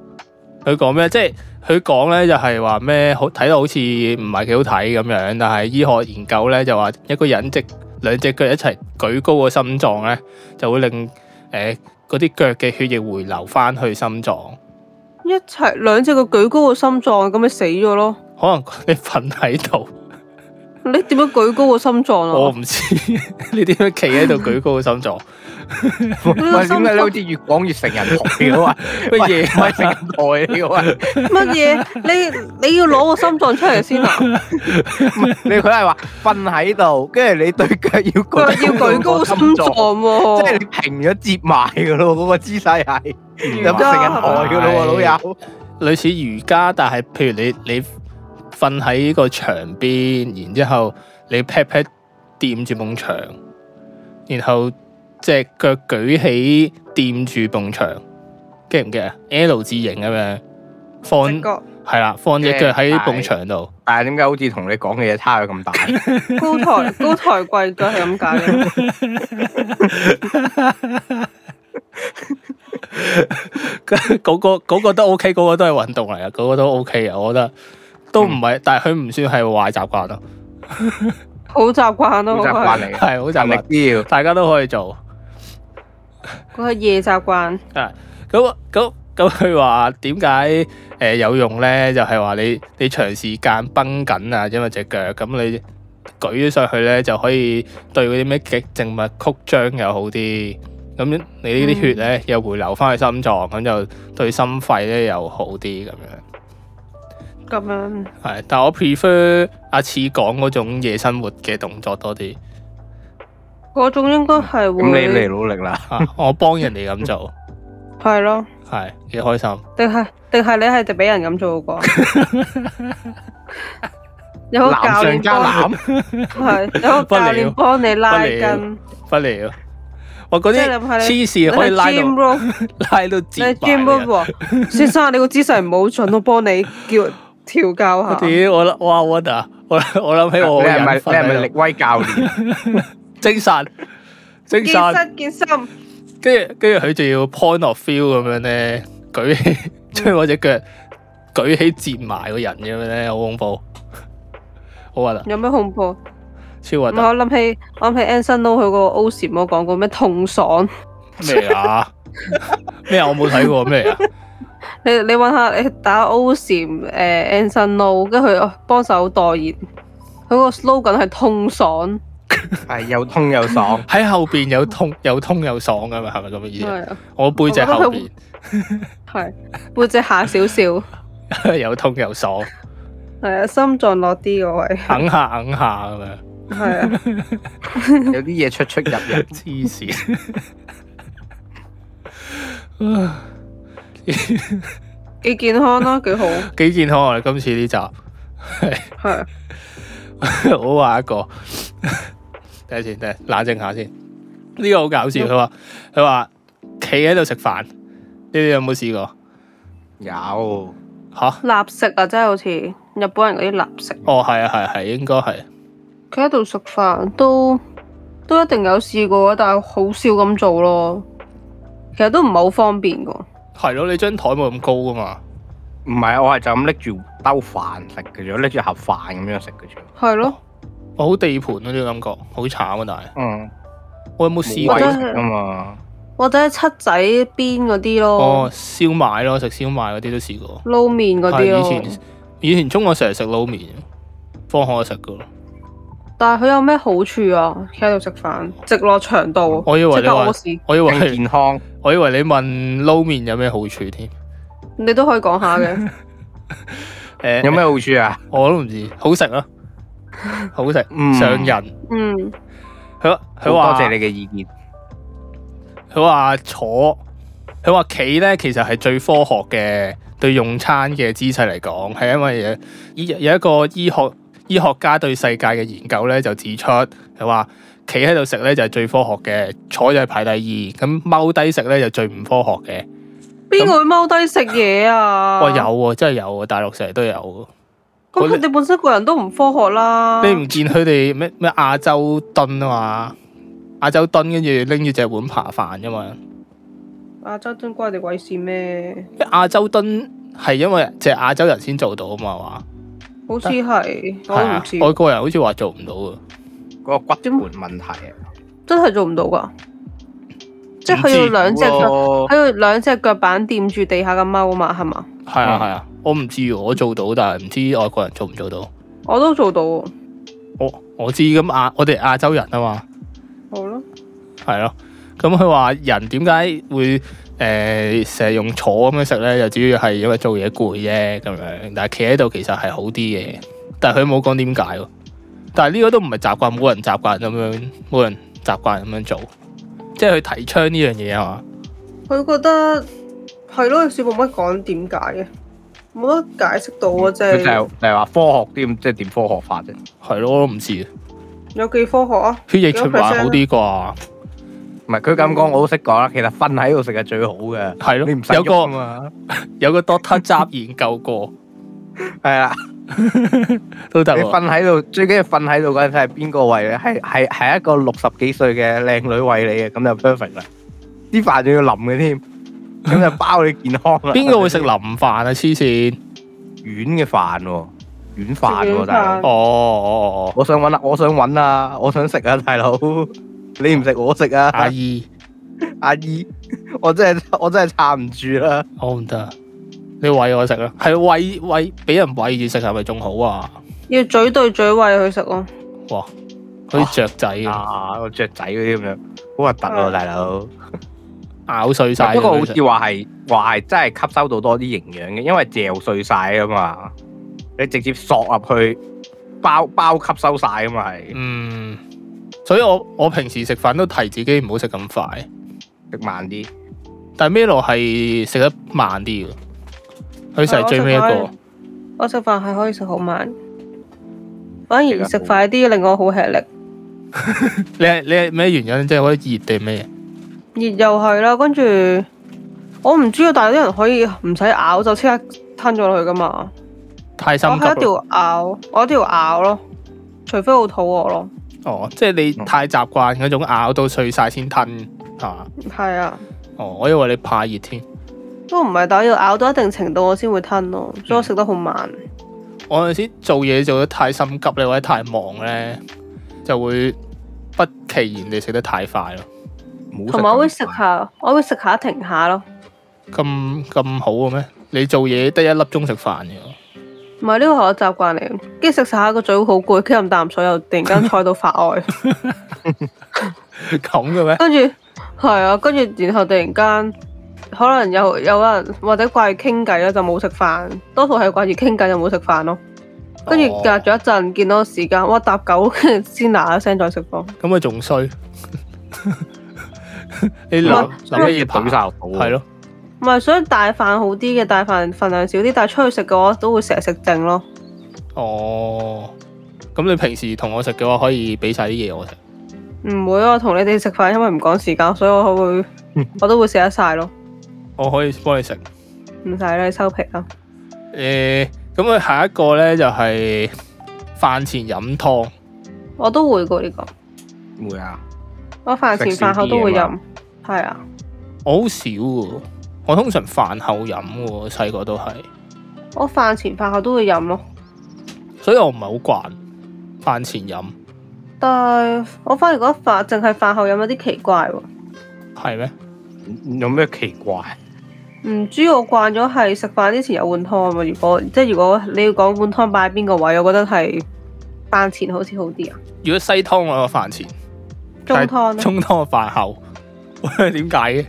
[SPEAKER 2] 佢講咩？即係佢講咧就係話咩好睇到好似唔係幾好睇咁樣，但係醫學研究咧就話一個人隻兩隻腳一齊舉高個心臟咧，就會令誒嗰啲腳嘅血液回流翻去心臟。
[SPEAKER 1] 一齊兩隻腳舉高個心臟，咁咪死咗咯？
[SPEAKER 2] 可能你瞓喺度，
[SPEAKER 1] 你點樣舉高個心臟
[SPEAKER 2] 我
[SPEAKER 1] 啊？
[SPEAKER 2] 唔知 *laughs* 你點樣企喺度舉高個心臟。
[SPEAKER 3] 喂，點解你好似越講越成人台
[SPEAKER 1] *laughs*
[SPEAKER 3] 嘅啊？
[SPEAKER 2] 乜嘢
[SPEAKER 3] 唔係成人台嚟嘅喂
[SPEAKER 1] 乜嘢？你你要攞個心臟出嚟
[SPEAKER 3] *laughs*
[SPEAKER 1] 先啊？
[SPEAKER 3] 你佢係話瞓喺度，跟住你對腳要
[SPEAKER 1] 佢話要舉高心臟
[SPEAKER 3] 即係
[SPEAKER 1] 喎，
[SPEAKER 3] 你平咗折埋嘅咯，嗰個姿勢係
[SPEAKER 2] 嗯
[SPEAKER 3] 有成人台嘅咯喎，老友。
[SPEAKER 2] 類似瑜伽，但係譬如你你瞓喺個牆邊，然之後你 pat pat 掂住埲牆，然後隻腳舉起掂住埲牆，驚唔驚啊？L 字形咁樣
[SPEAKER 1] 直
[SPEAKER 2] 放
[SPEAKER 1] 覺
[SPEAKER 2] 係啦，放只腳喺埲牆度， *laughs*
[SPEAKER 3] 但係點解好似同你講嘅嘢差咗咁大？
[SPEAKER 1] 高抬高抬貴腳係咁解嘅。
[SPEAKER 2] 嗰個嗰個都 OK，嗰個都係運動嚟啊，嗰個都 OK 啊，我覺得都唔係，但係佢唔算係壞習慣咯，
[SPEAKER 1] 好習慣咯，
[SPEAKER 3] 好
[SPEAKER 1] 嗰
[SPEAKER 3] 習
[SPEAKER 1] 個
[SPEAKER 3] 慣
[SPEAKER 1] 係
[SPEAKER 3] 嚟嘅，
[SPEAKER 2] 係好習
[SPEAKER 3] 但
[SPEAKER 2] 慣，
[SPEAKER 3] 你知要
[SPEAKER 2] 大家都可以做。
[SPEAKER 1] 嗰個係夜習慣。
[SPEAKER 2] 咁咁咁佢話點解誒有用咧？就係、話你你長時間崩緊啊，因為隻腳咁你舉咗上去咧，就可以對嗰啲咩極靜脈曲張又好啲。咁你呢啲
[SPEAKER 1] 嗯
[SPEAKER 2] 血咧又回流翻去心臟，咁就對心肺咧又好啲咁樣。
[SPEAKER 1] 咁樣
[SPEAKER 2] 係，但我 prefer 阿次講嗰種夜生活嘅動作多啲。
[SPEAKER 1] 嗰種應該係
[SPEAKER 3] 咁你嚟
[SPEAKER 1] 會
[SPEAKER 3] 努力啦。
[SPEAKER 2] 啊，我幫人哋咁
[SPEAKER 1] *laughs*
[SPEAKER 2] 做，
[SPEAKER 1] 係咯，
[SPEAKER 2] 係幾開心。
[SPEAKER 1] 定係定係你係就俾人咁做
[SPEAKER 3] *laughs*
[SPEAKER 1] 過？有個
[SPEAKER 3] 男
[SPEAKER 1] 教
[SPEAKER 3] 上
[SPEAKER 1] 練
[SPEAKER 3] 加
[SPEAKER 1] 幫
[SPEAKER 3] 男，
[SPEAKER 1] 係有個教練幫你拉筋，
[SPEAKER 2] 不了。我嗰
[SPEAKER 1] 即
[SPEAKER 2] 啲
[SPEAKER 1] 係你係
[SPEAKER 2] 黐
[SPEAKER 1] 你
[SPEAKER 2] 線可以
[SPEAKER 1] 係
[SPEAKER 2] 拉
[SPEAKER 1] gym
[SPEAKER 2] 到
[SPEAKER 1] rope，
[SPEAKER 2] 拉到啊
[SPEAKER 1] 你
[SPEAKER 2] 折
[SPEAKER 1] 係 gym
[SPEAKER 2] 埋嘅。
[SPEAKER 1] rope
[SPEAKER 2] *laughs*
[SPEAKER 1] 喎。先生，你個姿勢唔好準，我幫你叫調教
[SPEAKER 2] 我
[SPEAKER 1] 下。
[SPEAKER 2] 屌我諗哇我啊！我我諗起
[SPEAKER 3] 你
[SPEAKER 2] 我個人
[SPEAKER 3] 係咪你
[SPEAKER 2] 瞓喺
[SPEAKER 3] 係
[SPEAKER 2] 度
[SPEAKER 3] 咪力威教練？
[SPEAKER 2] 精神精
[SPEAKER 1] 健
[SPEAKER 2] 神？
[SPEAKER 1] 身健身，
[SPEAKER 2] 跟住跟住佢就要 point of view 咁樣咧，舉起
[SPEAKER 1] 嗯
[SPEAKER 2] 將我只腳舉起折埋個人咁樣咧，好恐怖，好核突，
[SPEAKER 1] 有咩恐怖？
[SPEAKER 2] 超核
[SPEAKER 1] 唔係
[SPEAKER 2] 突
[SPEAKER 1] 我諗起我諗起 Anson Lo 佢個 O 禪嗰個廣告咩痛爽，
[SPEAKER 2] 咩啊？咩啊？我冇睇過咩啊？
[SPEAKER 1] 你你揾下你打 O 禪誒 Anson Lo，跟住佢哦幫手代言，佢個 slogan 係痛爽，
[SPEAKER 3] 係又痛又爽，
[SPEAKER 2] 喺後邊有痛有痛有爽㗎嘛？係咪咁嘅意思？
[SPEAKER 1] 係啊
[SPEAKER 2] 我背脊後邊。
[SPEAKER 1] 係背脊下少
[SPEAKER 2] *laughs*
[SPEAKER 1] 少，
[SPEAKER 2] 有痛有爽，
[SPEAKER 1] 係啊心臟落啲嗰位，
[SPEAKER 2] 揞下揞下咁樣，
[SPEAKER 1] 係啊。
[SPEAKER 3] 有啲嘢出出入入。
[SPEAKER 2] 黐線。啊
[SPEAKER 1] 幾健康啦，幾好，
[SPEAKER 2] 幾健康啊！今次呢集， *laughs*
[SPEAKER 1] 係
[SPEAKER 2] 我話一個，等下先，等下冷靜下先。呢、個好搞笑，佢話佢話企喺度食飯，你哋有冇試過？
[SPEAKER 3] 有
[SPEAKER 2] 吓、
[SPEAKER 1] 立食啊，真係好似日本人嗰啲立食，
[SPEAKER 2] 哦，係啊，係啊係，應該係。
[SPEAKER 1] 佢喺度食飯都都一定有試過，但係好少咁做咯。其實都唔係好方便噶，
[SPEAKER 2] 係咯，你張台冇咁高噶嘛？
[SPEAKER 3] 唔係我係就咁拎住兜飯食嘅啫，拎住盒飯咁樣食嘅啫。
[SPEAKER 1] 係咯，
[SPEAKER 2] 我好地盤嗰啲感覺，好慘啊！但係
[SPEAKER 3] 嗯，
[SPEAKER 2] 我有冇試過
[SPEAKER 1] 我
[SPEAKER 3] 冇
[SPEAKER 1] 真
[SPEAKER 3] 位
[SPEAKER 1] 係
[SPEAKER 3] 食啊嘛。
[SPEAKER 1] 或者喺七仔邊嗰啲
[SPEAKER 2] 哦
[SPEAKER 1] 咯，
[SPEAKER 2] 燒賣咯，食燒賣嗰啲都試過。
[SPEAKER 1] 撈麵嗰啲
[SPEAKER 2] 係以
[SPEAKER 1] 咯
[SPEAKER 2] 前。以前中學成日食撈麵，放學就食噶咯。
[SPEAKER 1] 但係佢有咩好處啊？企喺度食飯，直落腸道，
[SPEAKER 2] 我以為
[SPEAKER 1] 即
[SPEAKER 2] 你
[SPEAKER 1] 刻
[SPEAKER 2] 話
[SPEAKER 1] 屙屎，
[SPEAKER 2] 我以
[SPEAKER 3] 更
[SPEAKER 1] 啊
[SPEAKER 2] 為
[SPEAKER 3] 健康，
[SPEAKER 2] 我以為你問撈麵有咩好處添？
[SPEAKER 1] 你都可以講下
[SPEAKER 2] *laughs*
[SPEAKER 1] 嘅。
[SPEAKER 2] 誒
[SPEAKER 3] 有咩好處啊？
[SPEAKER 2] 我都唔知，好食咯，好食
[SPEAKER 3] 嗯
[SPEAKER 2] 上癮。
[SPEAKER 1] 嗯，
[SPEAKER 2] 佢佢
[SPEAKER 3] 好
[SPEAKER 2] 話
[SPEAKER 3] 多謝你嘅意見。
[SPEAKER 2] 佢話坐，佢話企咧，其實係最科學嘅對用餐嘅姿勢嚟講，係因為有有一個醫學醫學家對世界嘅研究咧就指出，佢話企喺度食咧就係最科學嘅，坐就係排第二，咁踎低食咧就最唔科學嘅。
[SPEAKER 1] 邊個會踎低食嘢啊？
[SPEAKER 2] 哇有喎、真係有喎、大陸成日都有喎。
[SPEAKER 1] 咁
[SPEAKER 2] 好
[SPEAKER 1] 佢哋本身個人都唔科學啦。
[SPEAKER 2] 你唔見佢哋咩咩亞洲蹲啊嘛？亞洲蹲跟住拎住隻碗扒飯啫嘛。
[SPEAKER 1] 亞洲真啊關你鬼事咩？
[SPEAKER 2] 因為亞洲蹲係因為隻亞洲人先做到啊嘛，話
[SPEAKER 1] 好似係，我都
[SPEAKER 2] 係
[SPEAKER 1] 唔
[SPEAKER 2] 啊
[SPEAKER 1] 知，，
[SPEAKER 2] 外國人好似話做唔到啊。
[SPEAKER 3] 嗰個骨盤問題啊，
[SPEAKER 1] 真係做唔到㗎。即係佢要兩隻腳，
[SPEAKER 3] 咯
[SPEAKER 1] 佢要兩隻腳板掂住地下咁踎啊嘛，係嘛？
[SPEAKER 2] 係啊係啊，我唔知喎我做到，但係唔知外國人做唔做到。
[SPEAKER 1] 我都做到喎。
[SPEAKER 2] 我我知咁亞，我哋亞洲人啊嘛，
[SPEAKER 1] 好咯，
[SPEAKER 2] 係咯。咁佢話人點解會誒成日用坐咁樣食咧？就主要係因為做嘢攰啫咁樣。但係企喺度其實係好啲嘅，但係佢冇講點解喎。但係呢個都唔係習慣，冇人習慣咁樣，冇人習慣咁樣做，即係佢提倡呢樣嘢啊嘛。
[SPEAKER 1] 佢覺得係咯，有時冇乜講點解嘅，冇得解釋到啊，即
[SPEAKER 3] 嗯佢就係
[SPEAKER 1] 係
[SPEAKER 3] 就係話科學啲咁，即係點科學法啫？
[SPEAKER 2] 係咯，我都唔知啊。
[SPEAKER 1] 有幾科學啊？
[SPEAKER 2] 血液循環好啲啩？
[SPEAKER 3] 唔係佢咁講，我都識講啦。其實瞓喺度食係最好嘅，
[SPEAKER 2] 係
[SPEAKER 3] 你唔使
[SPEAKER 2] 咯，有
[SPEAKER 3] 喐啊
[SPEAKER 2] 個
[SPEAKER 3] 嘛。
[SPEAKER 2] 有個 Doctor 扎研究過
[SPEAKER 3] 係啦，
[SPEAKER 2] 都得
[SPEAKER 3] 你
[SPEAKER 2] 喎。
[SPEAKER 3] 瞓喺度，最緊要瞓喺度嗰陣係邊個喂你？係係係一個六十幾歲嘅靚女喂你嘅，咁就 perfect 啦。啲飯仲要淋嘅添，咁就包你健康啦。
[SPEAKER 2] 邊個會食淋飯啊？黐線！
[SPEAKER 3] 軟嘅飯喎？軟飯
[SPEAKER 1] 食軟
[SPEAKER 3] 喎，
[SPEAKER 1] 飯
[SPEAKER 3] 大佬。
[SPEAKER 2] 哦哦哦
[SPEAKER 3] 我想揾啊！我想揾啊！我想食啊，大佬。你唔食我食啊
[SPEAKER 2] 哦，，阿姨，
[SPEAKER 3] 阿姨，我真係我真係撐唔住啦。
[SPEAKER 2] 我唔得，啊你喂我食啦，係喂喂，俾人喂住食係咪仲好啊？
[SPEAKER 1] 要嘴對嘴餵佢食咯。
[SPEAKER 2] 哇，好似雀仔咁
[SPEAKER 3] 啊，個雀仔嗰啲咁樣，好核突喎，
[SPEAKER 1] 嗯
[SPEAKER 3] 大佬。
[SPEAKER 1] 啊
[SPEAKER 2] 咬碎晒咁樣食。
[SPEAKER 3] 不過好似話係話係真係吸收到多啲營養嘅，因為嚼碎晒啊嘛，你直接索入去包包吸收晒啊嘛，係
[SPEAKER 2] 嗯，所以我我平時食飯都提自己唔好食咁快，
[SPEAKER 3] 食慢啲。
[SPEAKER 2] 但係 Melo 係食得慢啲嘅，佢成日最尾一
[SPEAKER 1] 係我食
[SPEAKER 2] 個
[SPEAKER 1] 飯。我食飯係可以食好慢，反而
[SPEAKER 3] 食
[SPEAKER 1] 食
[SPEAKER 3] 得好
[SPEAKER 1] 快啲令我好吃力。
[SPEAKER 2] 你係你係咩原因？即係我覺得熱定咩？
[SPEAKER 1] 熱又係啦，跟住我唔知啊，但係有啲人可以唔使咬就即刻吞咗落去噶嘛。
[SPEAKER 2] 太啊
[SPEAKER 1] 我
[SPEAKER 2] 心急
[SPEAKER 1] 係一定
[SPEAKER 2] 啦。
[SPEAKER 1] 要咬，我一定要咬咯，除非好肚餓咯。
[SPEAKER 2] 哦，即係
[SPEAKER 1] 嗯
[SPEAKER 2] 你太習慣嗰種咬到碎晒先吞，係嘛？
[SPEAKER 1] 係啊，
[SPEAKER 2] 哦，我以為你怕熱添。
[SPEAKER 1] 都唔係，但係要咬到一定程度我先會吞咯，所以我食嗯得好慢。
[SPEAKER 2] 我有陣時做嘢做得太心急咧，或者太忙咧，就會不其然地食得太快咯。
[SPEAKER 1] 同埋我會食下，我會食下停下咯。
[SPEAKER 2] 咁咁好嘅咩？你做嘢得一粒鐘食飯嘅， *laughs*
[SPEAKER 1] 唔係呢個係我習慣嚟，跟住食食下個嘴會好攰，跟住飲啖水又突然間坐到發 *laughs* 呆，
[SPEAKER 2] 咁嘅咩？
[SPEAKER 1] 跟住係啊，跟住然後突然間可能有有人或者掛住傾偈啦，就冇食飯，多數係掛住傾偈就冇食飯咯。跟住
[SPEAKER 2] 哦
[SPEAKER 1] 隔咗一陣，見到時間，哇搭狗，跟住先嗱一聲再食飯。
[SPEAKER 2] 咁啊仲衰。 *laughs* 你
[SPEAKER 1] 唔
[SPEAKER 3] 啊
[SPEAKER 1] 係
[SPEAKER 2] 諗諗乜嘢
[SPEAKER 3] 懟
[SPEAKER 2] 排？
[SPEAKER 3] 晒落肚，
[SPEAKER 2] 係，咯，
[SPEAKER 1] 唔係，所以大飯好啲嘅，大飯份量少啲，但係出去食嘅話都會成日食剩咯。
[SPEAKER 2] 哦。咁你平時同我食嘅話，可以俾晒啲嘢我食。
[SPEAKER 1] 唔會啊，我同你哋食飯，因為唔趕時間，所以我會我都會食得晒咯，
[SPEAKER 2] 我可以幫你食。
[SPEAKER 1] 唔使啦，你收皮啦。
[SPEAKER 2] 誒、咁佢下一個咧就係、飯前飲湯。
[SPEAKER 1] 我都會過呢、個。
[SPEAKER 3] 會啊，
[SPEAKER 1] 我飯前飯後都會飲，係啊，
[SPEAKER 2] 我好少喎，我通常飯後飲喎，細個都係，
[SPEAKER 1] 我飯前飯後都會飲咯。
[SPEAKER 2] 所以我唔係好慣飯前飲，
[SPEAKER 1] 但係我反而覺得飯淨係飯後飲有啲奇怪喎，
[SPEAKER 2] 係咩？
[SPEAKER 3] 有咩奇怪？
[SPEAKER 1] 唔知我慣咗係食飯之前有碗湯啊。如果即係如果你要講碗湯擺邊個位，我覺得係飯前好似好啲啊，
[SPEAKER 2] 如果西湯我飯前，
[SPEAKER 1] 中湯啊咯。
[SPEAKER 2] 中湯我飯後， *laughs* 喂點解嘅？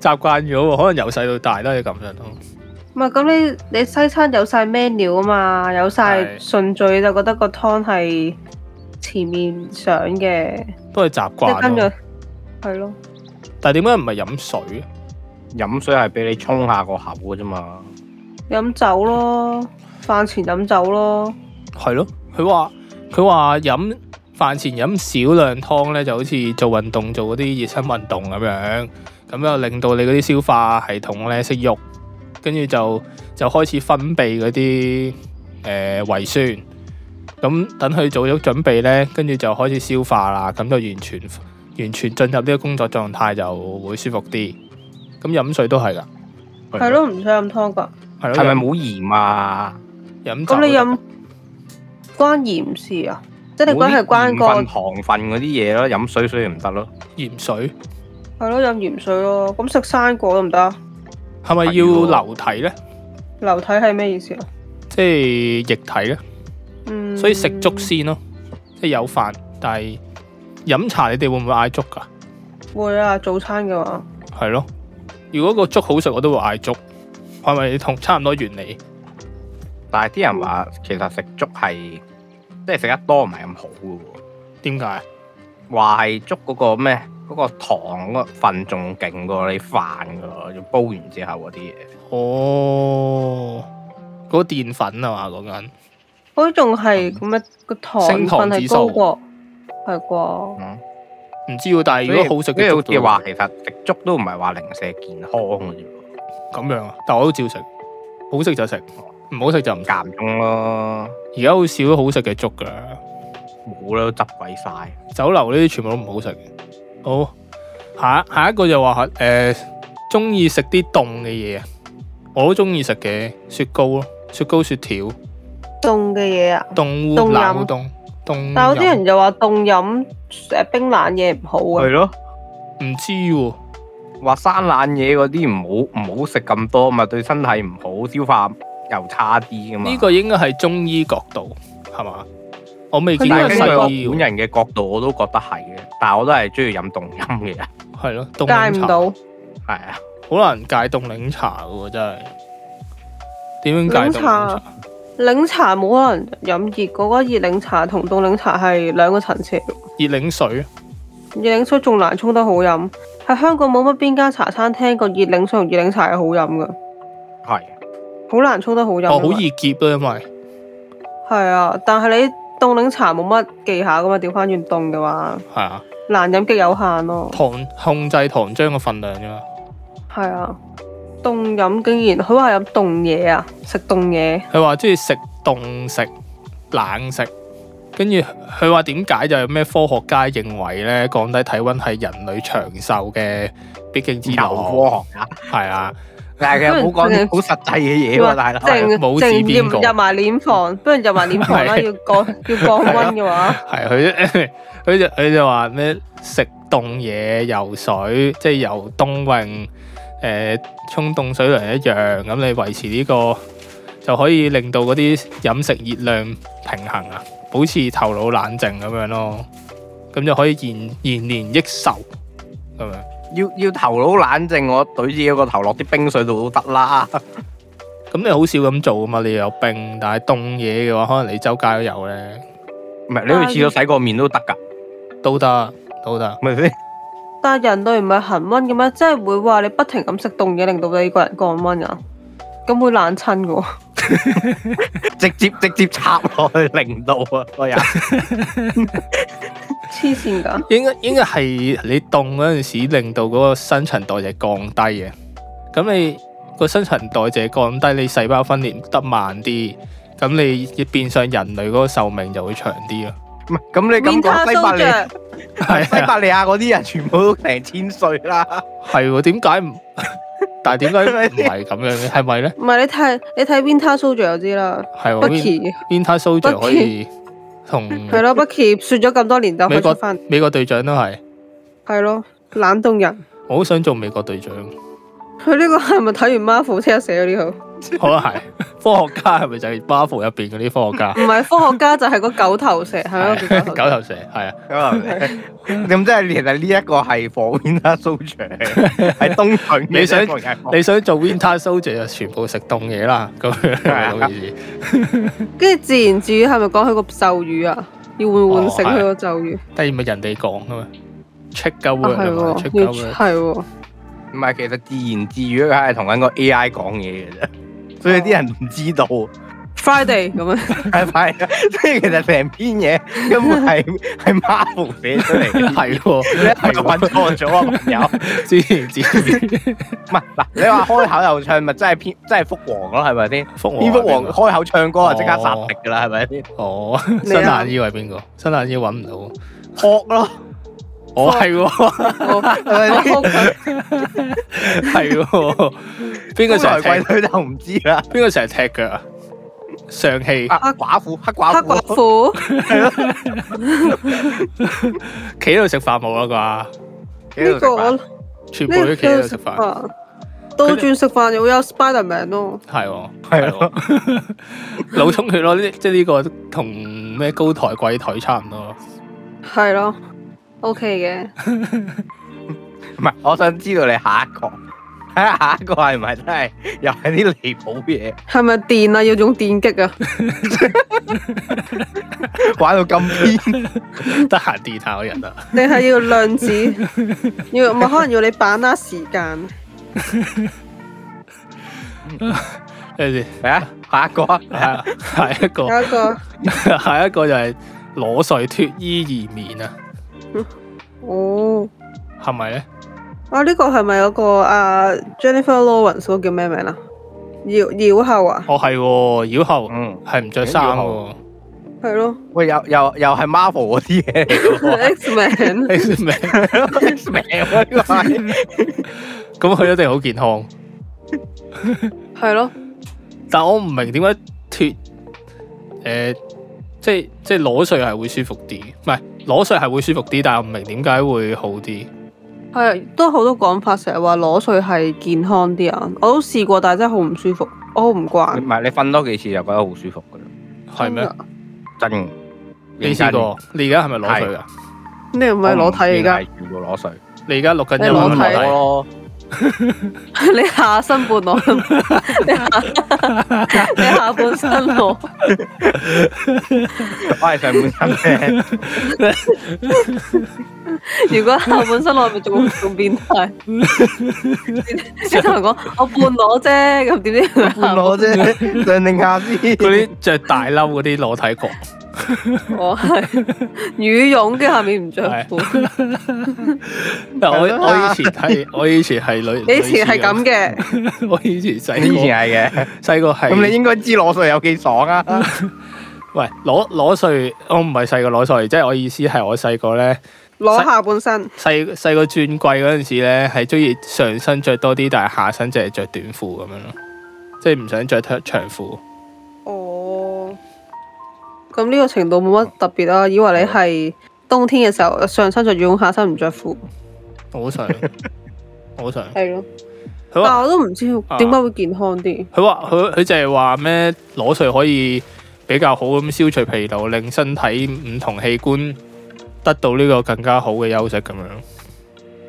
[SPEAKER 2] *laughs* 習慣咗喎，可能由細到大都係咁樣咯。
[SPEAKER 1] 唔係咁你你西餐有晒 menu 啊嘛，有晒
[SPEAKER 2] 係
[SPEAKER 1] 順序就覺得個湯係前面上嘅，
[SPEAKER 2] 都係習
[SPEAKER 1] 即係
[SPEAKER 2] 慣
[SPEAKER 1] 跟
[SPEAKER 2] 咯
[SPEAKER 1] 住。係咯。
[SPEAKER 2] 但係點解唔係飲水？
[SPEAKER 3] 飲水係俾你沖下個口嘅啫嘛，
[SPEAKER 1] 飲酒咯，飯前飲酒咯，
[SPEAKER 2] 係咯，佢話佢話飲飯前飲少量湯咧，就好似做運動做嗰啲熱身運動咁樣，咁又令到你嗰啲消化系統咧識喐，跟住就就開始分泌嗰啲誒胃酸。咁等佢做咗準備呢，跟住就開始消化啦，咁就完全完全進入呢個工作狀態就會舒服啲。咁飲水都係㗎，
[SPEAKER 1] 係咯，唔使飲湯㗎。
[SPEAKER 2] 係
[SPEAKER 3] 係
[SPEAKER 2] 咯，
[SPEAKER 3] 咪冇鹽啊？
[SPEAKER 2] 飲飲酒
[SPEAKER 1] 咁你
[SPEAKER 2] 都得
[SPEAKER 1] 飲關鹽事啊？即係你關係
[SPEAKER 3] 冇
[SPEAKER 1] 關
[SPEAKER 3] 啲鹽分
[SPEAKER 1] 個
[SPEAKER 3] 糖分嗰啲嘢咯，飲水水唔得咯。
[SPEAKER 2] 鹽水
[SPEAKER 1] 係咯，飲鹽水咯。咁食生果得唔得啊？
[SPEAKER 2] 係咪
[SPEAKER 3] 係
[SPEAKER 2] 要
[SPEAKER 3] 喎
[SPEAKER 2] 流體呢？
[SPEAKER 1] 流體係咩意思啊？
[SPEAKER 2] 即係液體呢？
[SPEAKER 1] 嗯，
[SPEAKER 2] 所以食粥先咯，即係有飯，但係飲茶你哋會唔會嗌粥㗎？
[SPEAKER 1] 會啊，早餐嘅話。
[SPEAKER 2] 係咯，如果個粥好食，我都會嗌粥，係咪同差唔多原理？
[SPEAKER 3] 但係啲人話其實食粥係即係食得多唔係咁好嘅喎，
[SPEAKER 2] 點解？
[SPEAKER 3] 話係粥嗰個咩嗰、個糖嗰個份仲勁過你飯㗎喎，要煲完之後嗰啲嘢。
[SPEAKER 2] 哦，嗰、個澱粉啊嘛，講緊
[SPEAKER 1] 嗰仲係咁嘅個糖
[SPEAKER 2] 升糖
[SPEAKER 1] 分係
[SPEAKER 2] 指數
[SPEAKER 1] 高過，係啩？
[SPEAKER 3] 嗯，
[SPEAKER 2] 唔知喎。但係如果好食嘅粥
[SPEAKER 3] 所嗯以好似話
[SPEAKER 2] 都
[SPEAKER 3] 其實食粥都唔係話零舍健康嘅啫喎，
[SPEAKER 2] 咁樣啊，但我都照食，好食就食，唔好食就唔食。
[SPEAKER 3] 間中咯，
[SPEAKER 2] 而家好少好食嘅粥㗎，
[SPEAKER 3] 冇啦都執鬼晒。
[SPEAKER 2] 酒樓呢啲全部都唔好食。好，下下一個就話誒，中意食啲凍嘅嘢啊，我都中意食嘅雪糕咯，雪糕雪條。
[SPEAKER 1] 凍嘅嘢啊，
[SPEAKER 2] 凍烏
[SPEAKER 1] 凍
[SPEAKER 2] 冷
[SPEAKER 1] 飲
[SPEAKER 2] 烏冬，凍
[SPEAKER 1] 但係有啲
[SPEAKER 2] 飲
[SPEAKER 1] 人就話凍飲誒冰冷嘢唔好啊
[SPEAKER 3] 係
[SPEAKER 1] 嘅，
[SPEAKER 3] 咯，
[SPEAKER 2] 唔知喎，
[SPEAKER 3] 話生冷嘢嗰啲唔好唔好食咁多嘛，對身體唔好，消化又差啲噶嘛。
[SPEAKER 2] 呢個應該係中醫角度係嘛？我未
[SPEAKER 1] 佢
[SPEAKER 2] 見
[SPEAKER 1] 呢
[SPEAKER 2] 過
[SPEAKER 3] 但係
[SPEAKER 1] 個
[SPEAKER 3] 根據
[SPEAKER 2] 西醫
[SPEAKER 3] 我本
[SPEAKER 2] 喎，
[SPEAKER 3] 人嘅角度，我都覺得係嘅，但係我都係中意飲凍飲嘅人，
[SPEAKER 2] 係咯，凍檸
[SPEAKER 1] 戒唔
[SPEAKER 2] 茶
[SPEAKER 1] 到。
[SPEAKER 3] 係啊，
[SPEAKER 2] 好難戒凍檸茶嘅喎，真係點
[SPEAKER 1] 檸
[SPEAKER 2] 樣戒凍檸
[SPEAKER 1] 茶
[SPEAKER 2] 茶？
[SPEAKER 1] 檸茶冇可能飲熱嗰個熱檸茶同凍檸茶係兩個層次，
[SPEAKER 2] 熱檸水
[SPEAKER 1] 熱檸水仲難沖得好飲。喺香港冇乜邊間茶餐廳個熱檸水同熱檸茶係好飲嘅，
[SPEAKER 3] 係
[SPEAKER 1] 好難沖得好飲。
[SPEAKER 2] 哦，好易結咯，因為
[SPEAKER 1] 係啊，但係你凍檸茶冇乜技巧噶嘛，調翻轉凍嘅話
[SPEAKER 2] 係啊，
[SPEAKER 1] 難飲極有限咯。
[SPEAKER 2] 糖控制糖漿嘅份量啫嘛。
[SPEAKER 1] 係啊，凍飲竟然佢話飲凍嘢啊，食凍嘢
[SPEAKER 2] 佢話中意食凍食、冷食，跟住佢話點解就係咩科學家認為咧降低體温係人類長壽嘅必經之路，
[SPEAKER 3] 有科學啊，
[SPEAKER 2] 係啦。
[SPEAKER 3] *laughs* 但係佢又冇講
[SPEAKER 1] 嗯
[SPEAKER 3] 啲好實際
[SPEAKER 1] 啊
[SPEAKER 3] 嘅嘢喎，啊大佬。
[SPEAKER 1] 淨
[SPEAKER 2] 冇指邊個
[SPEAKER 1] 淨入入埋殮房，
[SPEAKER 3] *laughs*
[SPEAKER 1] 不然入埋殮房啦。
[SPEAKER 2] 係
[SPEAKER 1] 要降要降温嘅話，
[SPEAKER 2] 係佢 *laughs* 佢就佢就話咩食凍嘢、游水，即係游冬泳，誒沖凍水涼一樣，咁你維持呢、個就可以令到嗰啲飲食熱量平衡啊，保持頭腦冷靜咁樣咯，咁就可以延延年益壽咁樣。
[SPEAKER 3] 要要頭腦冷靜，我懟自己個頭落啲冰水度都得啦。
[SPEAKER 2] 咁你好少咁做啊嘛，你又有冰，但係凍嘢嘅話，可能你周街都有咧，
[SPEAKER 3] 唔係
[SPEAKER 1] 啊
[SPEAKER 3] 你
[SPEAKER 1] 嗯
[SPEAKER 3] 去廁所洗個面都得㗎，
[SPEAKER 2] 都得都得。
[SPEAKER 3] 咪先？ *laughs*
[SPEAKER 1] 但係人類唔係恒温嘅咩？即係會話你不停咁食凍嘢，令到你個人降温啊，咁會冷親
[SPEAKER 3] *laughs*
[SPEAKER 1] 嘅喎。
[SPEAKER 3] 直接直接插落去零度啊！個
[SPEAKER 1] *laughs*
[SPEAKER 3] 人
[SPEAKER 1] 黐線㗎，
[SPEAKER 2] 應該應該係你凍嗰陣時，令到嗰個新陳代謝降低嘅。咁你個新陳代謝降低，你細胞分裂得慢啲，咁你亦變相人類嗰個壽命就會長啲咯。
[SPEAKER 3] 唔係咁你咁
[SPEAKER 1] 面
[SPEAKER 3] 講
[SPEAKER 1] 癱
[SPEAKER 3] 西伯
[SPEAKER 1] 蘇
[SPEAKER 3] 利
[SPEAKER 1] 着
[SPEAKER 2] 係
[SPEAKER 3] *laughs* 西
[SPEAKER 2] 啊，
[SPEAKER 3] 伯利亞嗰啲人全部都成千歲啦，
[SPEAKER 1] *laughs*
[SPEAKER 2] 係喎，點解唔？但係點解唔係咁樣嘅？係咪咧？
[SPEAKER 1] 唔係你睇你睇 Winter Soldier 就知啦
[SPEAKER 2] 係
[SPEAKER 3] 哦
[SPEAKER 2] 喎
[SPEAKER 1] ，Bucky
[SPEAKER 2] ，Winter Soldier
[SPEAKER 1] 不
[SPEAKER 2] 可以同
[SPEAKER 1] 係咯，Bucky 雪咗咁多年就可以
[SPEAKER 2] 美國
[SPEAKER 1] 出翻，
[SPEAKER 2] 美國隊長都係，
[SPEAKER 1] 係咯，冷凍人。
[SPEAKER 2] 我好想做美
[SPEAKER 1] *laughs*
[SPEAKER 2] 國隊長，
[SPEAKER 1] 佢呢個係咪睇完 Marvel 即刻寫咗呢套？
[SPEAKER 2] 可能係科學家係咪就係 Marvel 入邊嗰啲科學家？
[SPEAKER 1] 唔係科學家就係個狗頭蛇，係咪嗰個狗頭
[SPEAKER 2] *laughs* 九
[SPEAKER 1] 蛇？
[SPEAKER 2] 頭蛇係啊。
[SPEAKER 3] 咁啊咁即係其實呢一個係火煙啦，蘇長係東
[SPEAKER 2] *laughs*
[SPEAKER 3] 郡嘅
[SPEAKER 2] 你想
[SPEAKER 3] 一個人
[SPEAKER 2] 你想做 Winter Soldier 就全部食凍嘢啦，咁樣
[SPEAKER 3] 係
[SPEAKER 2] *laughs*
[SPEAKER 3] 啊
[SPEAKER 2] 係咪咁意思？
[SPEAKER 1] 跟住自言自語係咪講佢個咒語啊？要換換成佢個咒語
[SPEAKER 2] 第二咪人哋講啊噶嘛，check 鳩
[SPEAKER 1] 啊，
[SPEAKER 2] word
[SPEAKER 1] 係
[SPEAKER 2] 啊嘛
[SPEAKER 1] 喎
[SPEAKER 2] ，check，
[SPEAKER 1] 要
[SPEAKER 2] 鳩 word
[SPEAKER 1] 係喎，
[SPEAKER 3] 唔係，其實自言自語佢係同緊個 AI 講嘢嘅啫，所以啲人唔知道。
[SPEAKER 1] Friday 咁 *laughs* 樣，
[SPEAKER 3] 係咪？即係其實成篇嘢根本係 *laughs* 係 Marvel 寫出嚟嘅，
[SPEAKER 2] *laughs* 係喎，
[SPEAKER 3] 你 *laughs* 係揾錯咗啊，朋友。
[SPEAKER 2] 之前之前
[SPEAKER 3] 唔係嗱，你話開口又唱，咪真係偏真係福王咯，係咪先？
[SPEAKER 2] 福
[SPEAKER 3] 蝙蝠王開口唱歌啊，即刻殺
[SPEAKER 2] 哦
[SPEAKER 3] 敵㗎啦，係咪先？
[SPEAKER 2] 哦，新眼腰係邊個？新眼腰揾唔到，
[SPEAKER 3] 惡咯，
[SPEAKER 2] 我係喎，
[SPEAKER 1] 我我
[SPEAKER 3] 係咪
[SPEAKER 1] 哭佢，
[SPEAKER 2] 係喎，邊個
[SPEAKER 3] 先？
[SPEAKER 2] 成
[SPEAKER 3] 來
[SPEAKER 2] 日踢？
[SPEAKER 3] 貴女就唔知啦。
[SPEAKER 2] 邊個成日踢腳啊？上氣
[SPEAKER 3] 啊寡婦，黑寡
[SPEAKER 1] 黑寡
[SPEAKER 3] 婦，
[SPEAKER 1] 婦。
[SPEAKER 2] 企喺度食飯冇啦
[SPEAKER 3] 幾好食
[SPEAKER 1] 呢個我
[SPEAKER 3] 飯
[SPEAKER 1] 呢
[SPEAKER 2] 啩？全部
[SPEAKER 1] 個
[SPEAKER 2] 都企喺度
[SPEAKER 1] 都啊食
[SPEAKER 2] 食飯，
[SPEAKER 1] 飯，倒轉食飯又有 Spiderman 咯，
[SPEAKER 2] 係喎，
[SPEAKER 3] 係
[SPEAKER 2] 咯，
[SPEAKER 3] *laughs*
[SPEAKER 2] 腦充血咯，呢即係呢個同咩高台貴台差唔多 *laughs* 咯。
[SPEAKER 1] 係咯，OK 嘅。
[SPEAKER 3] 唔係，我想知道你下一個， *laughs* 睇下下一個係咪真係又係啲離譜嘢，
[SPEAKER 1] 係咪電啊？要用電擊 *laughs* 啊？
[SPEAKER 3] 玩到咁 *laughs* 偏，
[SPEAKER 2] 得閒電下嗰人啊，
[SPEAKER 1] 定係要量子？要咪可能要你把握時間？
[SPEAKER 2] 跟住
[SPEAKER 3] 係啊，下一個啊，
[SPEAKER 2] 下下一個
[SPEAKER 3] *laughs*
[SPEAKER 1] 有一個
[SPEAKER 2] 下一個就係裸睡脱衣而眠啊，
[SPEAKER 1] 哦，
[SPEAKER 2] 係咪咧？
[SPEAKER 1] 啊呢個係咪有個啊 Jennifer Lawrence 嗰個叫咩名啊？妖妖后啊？
[SPEAKER 2] 哦係喎，繞後
[SPEAKER 3] 嗯，
[SPEAKER 2] 係唔着衫
[SPEAKER 3] 繞
[SPEAKER 2] 喎
[SPEAKER 3] 後。
[SPEAKER 1] 係咯
[SPEAKER 3] 喂，又又又係 Marvel 嗰啲嘢
[SPEAKER 1] *laughs*
[SPEAKER 3] 嚟喎
[SPEAKER 1] ，X-Man
[SPEAKER 2] 你
[SPEAKER 3] *laughs*
[SPEAKER 2] 明？
[SPEAKER 3] ，X-Men *laughs* 喎呢個係，
[SPEAKER 2] 咁佢一定好健康，
[SPEAKER 1] 係咯，
[SPEAKER 2] 但我唔明點解脱誒，即係即係裸睡係會舒服啲，唔係裸睡係會舒服啲，但係我唔明點解會好啲。
[SPEAKER 1] 係都好多講法，成日話裸睡係健康啲啊！我都試過，但係真係好唔舒服，我好唔慣
[SPEAKER 3] 唔。係你瞓多幾次就覺得好舒服㗎啦，
[SPEAKER 2] 係咩？
[SPEAKER 3] 真嘅。
[SPEAKER 2] 你試過？你而家係咪裸睡啊？
[SPEAKER 1] 你唔啊係裸體而家， *laughs*
[SPEAKER 3] 係要裸睡，
[SPEAKER 2] 你而家錄緊
[SPEAKER 1] 你
[SPEAKER 2] 音
[SPEAKER 1] 裸
[SPEAKER 2] 啊
[SPEAKER 1] 體
[SPEAKER 2] 係咪
[SPEAKER 3] 咯，
[SPEAKER 1] 你下身半 *laughs* 裸，你下你下半身裸，
[SPEAKER 3] 我係上半身嘅，
[SPEAKER 1] 如果下半身裸咪仲仲變 *laughs* 態。你同人講我半裸啫，咁點知佢
[SPEAKER 3] 半
[SPEAKER 1] 下
[SPEAKER 3] 裸啫，上定下先。
[SPEAKER 2] 嗰啲着大褸嗰啲裸體狂，
[SPEAKER 1] 我哦係 *laughs* 羽絨，跟住下面唔着褲。 *laughs*
[SPEAKER 2] 但我
[SPEAKER 3] 係咯
[SPEAKER 2] 我以前係我以前係女，
[SPEAKER 1] 你以前係咁嘅，
[SPEAKER 2] 嘅， *laughs* 我以前細
[SPEAKER 3] 你以
[SPEAKER 2] 個
[SPEAKER 3] 前係嘅，
[SPEAKER 2] 細個係
[SPEAKER 3] 咁你應該知裸睡有幾爽啊！
[SPEAKER 2] 喂裸裸睡，我唔係細個裸睡，即係我意思係我細個咧。
[SPEAKER 1] 裸下半身，
[SPEAKER 2] 細細個轉季嗰陣時咧，係中意上身着多啲，但係下身就係着短褲咁樣咯，即係唔想着長長褲。
[SPEAKER 1] 哦，咁呢個程度冇乜特別啦，以為你係冬天嘅時候上身着羽絨，下身唔着褲，
[SPEAKER 2] 我好想，我好想。啊
[SPEAKER 1] 係咯。但
[SPEAKER 2] 佢話
[SPEAKER 1] 我都唔知點解會健康啲。
[SPEAKER 2] 佢話佢佢就係話咩裸睡可以比較好咁消除疲勞，令身體唔同器官得到呢個更加好嘅優勢咁樣。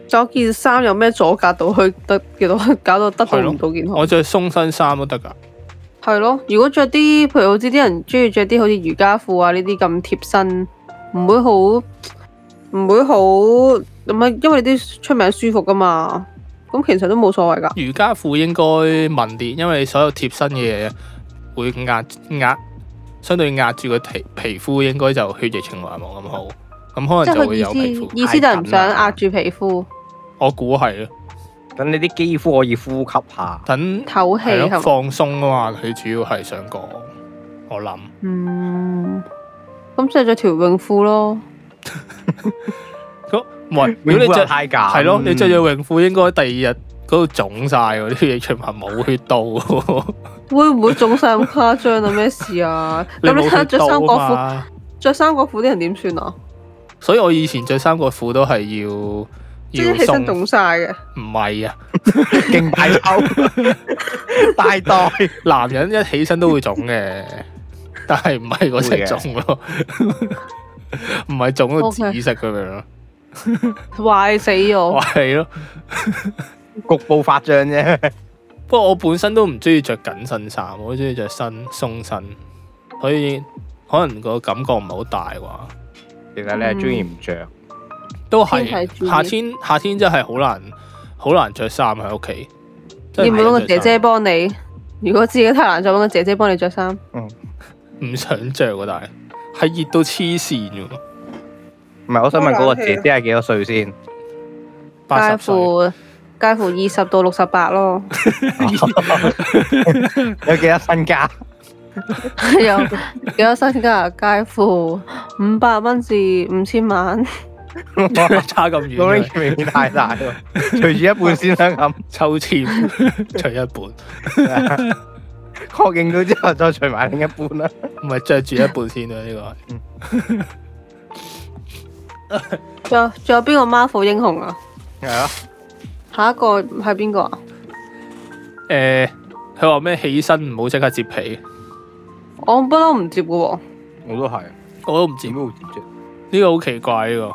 [SPEAKER 1] 仲有件衫有咩阻隔到佢得幾多，搞到得到唔到健康？
[SPEAKER 2] 我着鬆身衫都得㗎，
[SPEAKER 1] 係咯，如果着啲譬如好似啲人中意着啲好似瑜伽褲啊呢啲咁貼身，唔會好唔會好咁啊，因為你啲出名舒服噶嘛，咁其實都冇所謂噶。
[SPEAKER 2] 瑜伽褲應該問啲，因為所有貼身嘅嘢會壓壓，相對壓住個皮皮膚，應該就血液循環冇咁好，咁可
[SPEAKER 1] 即係
[SPEAKER 2] 能就
[SPEAKER 1] 佢
[SPEAKER 2] 會
[SPEAKER 1] 意
[SPEAKER 2] 有皮
[SPEAKER 1] 思
[SPEAKER 2] 膚。
[SPEAKER 1] 意思就係唔
[SPEAKER 3] 太緊
[SPEAKER 1] 想
[SPEAKER 3] 啦
[SPEAKER 1] 壓住皮膚
[SPEAKER 2] 我估係咯，
[SPEAKER 3] 等你啲肌膚可以呼吸下。
[SPEAKER 2] 等
[SPEAKER 1] 唞氣
[SPEAKER 2] 係咯
[SPEAKER 1] 係嘛？
[SPEAKER 2] 放鬆啊嘛，佢主要係想講，我諗
[SPEAKER 1] 嗯，咁即係着條泳褲咯。
[SPEAKER 2] 咁唔係，如果你着
[SPEAKER 3] 太假，
[SPEAKER 2] 係
[SPEAKER 1] 嗯
[SPEAKER 2] 咯，你着咗泳褲，應該第二日嗰度腫晒喎，啲嘢全部冇血
[SPEAKER 1] *laughs*
[SPEAKER 2] 到喎，
[SPEAKER 1] 會唔會腫晒咁誇張啊？咩事
[SPEAKER 2] *laughs*
[SPEAKER 1] 啊？咁你
[SPEAKER 2] 冇
[SPEAKER 1] 睇下
[SPEAKER 2] 血
[SPEAKER 1] 着
[SPEAKER 2] 到
[SPEAKER 1] 三角
[SPEAKER 2] 啊
[SPEAKER 1] 褲，
[SPEAKER 2] 嘛。
[SPEAKER 1] 着三角褲啲人點算啊？
[SPEAKER 2] 所以我以前着三角褲都係要
[SPEAKER 1] 即
[SPEAKER 2] 要
[SPEAKER 1] 係起身
[SPEAKER 2] 鬆，
[SPEAKER 1] 腫晒嘅。
[SPEAKER 2] 唔係啊。
[SPEAKER 3] 勁大 *laughs* 抽大袋，
[SPEAKER 2] 男人一起身都會腫嘅， *laughs* 但係唔係嗰隻腫咯， *laughs* 唔係腫到
[SPEAKER 1] OK
[SPEAKER 2] 紫色咁樣咯，
[SPEAKER 1] 壞死
[SPEAKER 2] 我
[SPEAKER 1] 我！
[SPEAKER 2] 係咯。
[SPEAKER 3] 局部發脹啫。
[SPEAKER 2] 不過我本身都唔中意着緊身衫，我中意着身鬆身，所以可能個感覺唔係好大啩。
[SPEAKER 3] *laughs* 其實你係中意唔着，
[SPEAKER 2] 都
[SPEAKER 1] 天氣
[SPEAKER 2] 係
[SPEAKER 1] 轉
[SPEAKER 2] 夏天，夏天真係好難好難着衫喺屋企。真係
[SPEAKER 1] 要唔要
[SPEAKER 2] 唔
[SPEAKER 1] 搵
[SPEAKER 2] 係
[SPEAKER 1] 個
[SPEAKER 2] 人
[SPEAKER 1] 姐
[SPEAKER 2] 着衫
[SPEAKER 1] 姐幫你？如果自己太難，再揾個姐姐幫你着衫。
[SPEAKER 2] 唔想着喎，但係係熱到黐線嘅喎，
[SPEAKER 3] 唔係，我想問嗰個姐姐係幾多歲先？
[SPEAKER 2] 八
[SPEAKER 1] 介
[SPEAKER 2] 十歲
[SPEAKER 1] 乎介乎二十到六十八咯， *laughs*
[SPEAKER 3] *laughs* 有幾多身家？
[SPEAKER 1] 有幾多身家？介乎五百蚊至五千萬，
[SPEAKER 2] *laughs* 差咁
[SPEAKER 3] 老
[SPEAKER 1] *laughs*
[SPEAKER 2] 遠啊
[SPEAKER 3] 拎
[SPEAKER 2] 嘅，
[SPEAKER 3] 明顯太大喎，隨住一半先生咁，
[SPEAKER 2] 抽籤
[SPEAKER 1] *laughs*
[SPEAKER 2] 除一
[SPEAKER 3] 確認到之後再除埋另一半啦。
[SPEAKER 2] 半，唔係着住一半先啊！呢個係
[SPEAKER 1] 仲有仲有邊個 Marvel 英雄啊？
[SPEAKER 3] 係咯，
[SPEAKER 1] 下一個係邊個啊？
[SPEAKER 2] 誒，佢話咩起身唔好即刻接被，
[SPEAKER 1] 我不嬲唔接嘅喎，
[SPEAKER 3] 我都係，
[SPEAKER 2] 我都唔
[SPEAKER 1] 嗯
[SPEAKER 2] 接，
[SPEAKER 3] 點會接啫？
[SPEAKER 2] 呢個好奇怪呢個。